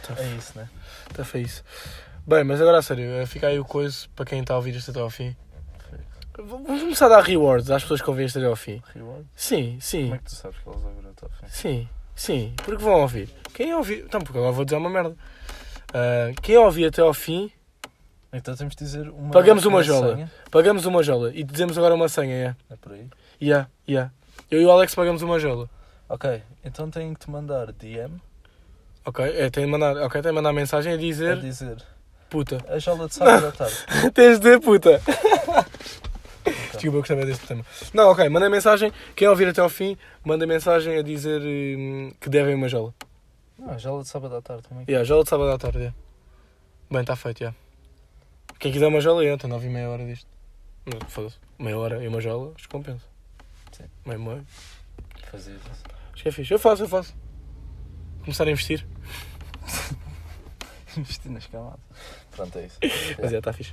Speaker 1: Tá
Speaker 2: É isso, né?
Speaker 1: Está feio isso. Bem, mas agora a sério, eh, fica aí o coisa para quem está a ouvir isto até ao fim. V- Vamos começar a dar rewards às pessoas que ouvem isto até ao fim.
Speaker 2: Reward?
Speaker 1: Sim, sim,
Speaker 2: Como é que tu sabes que elas agora estão a fim?
Speaker 1: sim, sim, porque vão ouvir. Quem ouvir. Então, porque agora vou dizer uma merda. Ah, quem ouvir até ao fim,
Speaker 2: Então temos de dizer uma.
Speaker 1: Pagamos uma
Speaker 2: senha.
Speaker 1: jola. pagamos uma jola e dizemos agora uma senha, é.
Speaker 2: É por aí.
Speaker 1: Yeah, yeah. Eu e o Alex pagamos uma gela.
Speaker 2: Ok, então tenho que te mandar DM
Speaker 1: Ok, é, tem de mandar, ok, tem de mandar mensagem a
Speaker 2: a
Speaker 1: dizer
Speaker 2: dizer
Speaker 1: puta.
Speaker 2: a jola de sábado à tarde.
Speaker 1: Tens de dizer puta. Desculpa, eu gostava deste tema. Não, ok, manda mensagem. Quem ouvir até ao fim, manda mensagem a dizer hum, que devem uma jola.
Speaker 2: Não, a jola de sábado à tarde também.
Speaker 1: Yeah, jola de sábado à tarde. yeah. Bem, está feito, já. Quem quiser uma jola, entra, 9 e meia hora disto. Não, Foda-se. Meia hora e uma jola, acho que compensa.
Speaker 2: Sim.
Speaker 1: Meio, meio.
Speaker 2: Fazer isso.
Speaker 1: Acho que é fixe. Eu faço, eu faço. Começar a investir.
Speaker 2: Investir nas camadas. Pronto, é isso.
Speaker 1: Mas é, está fixe.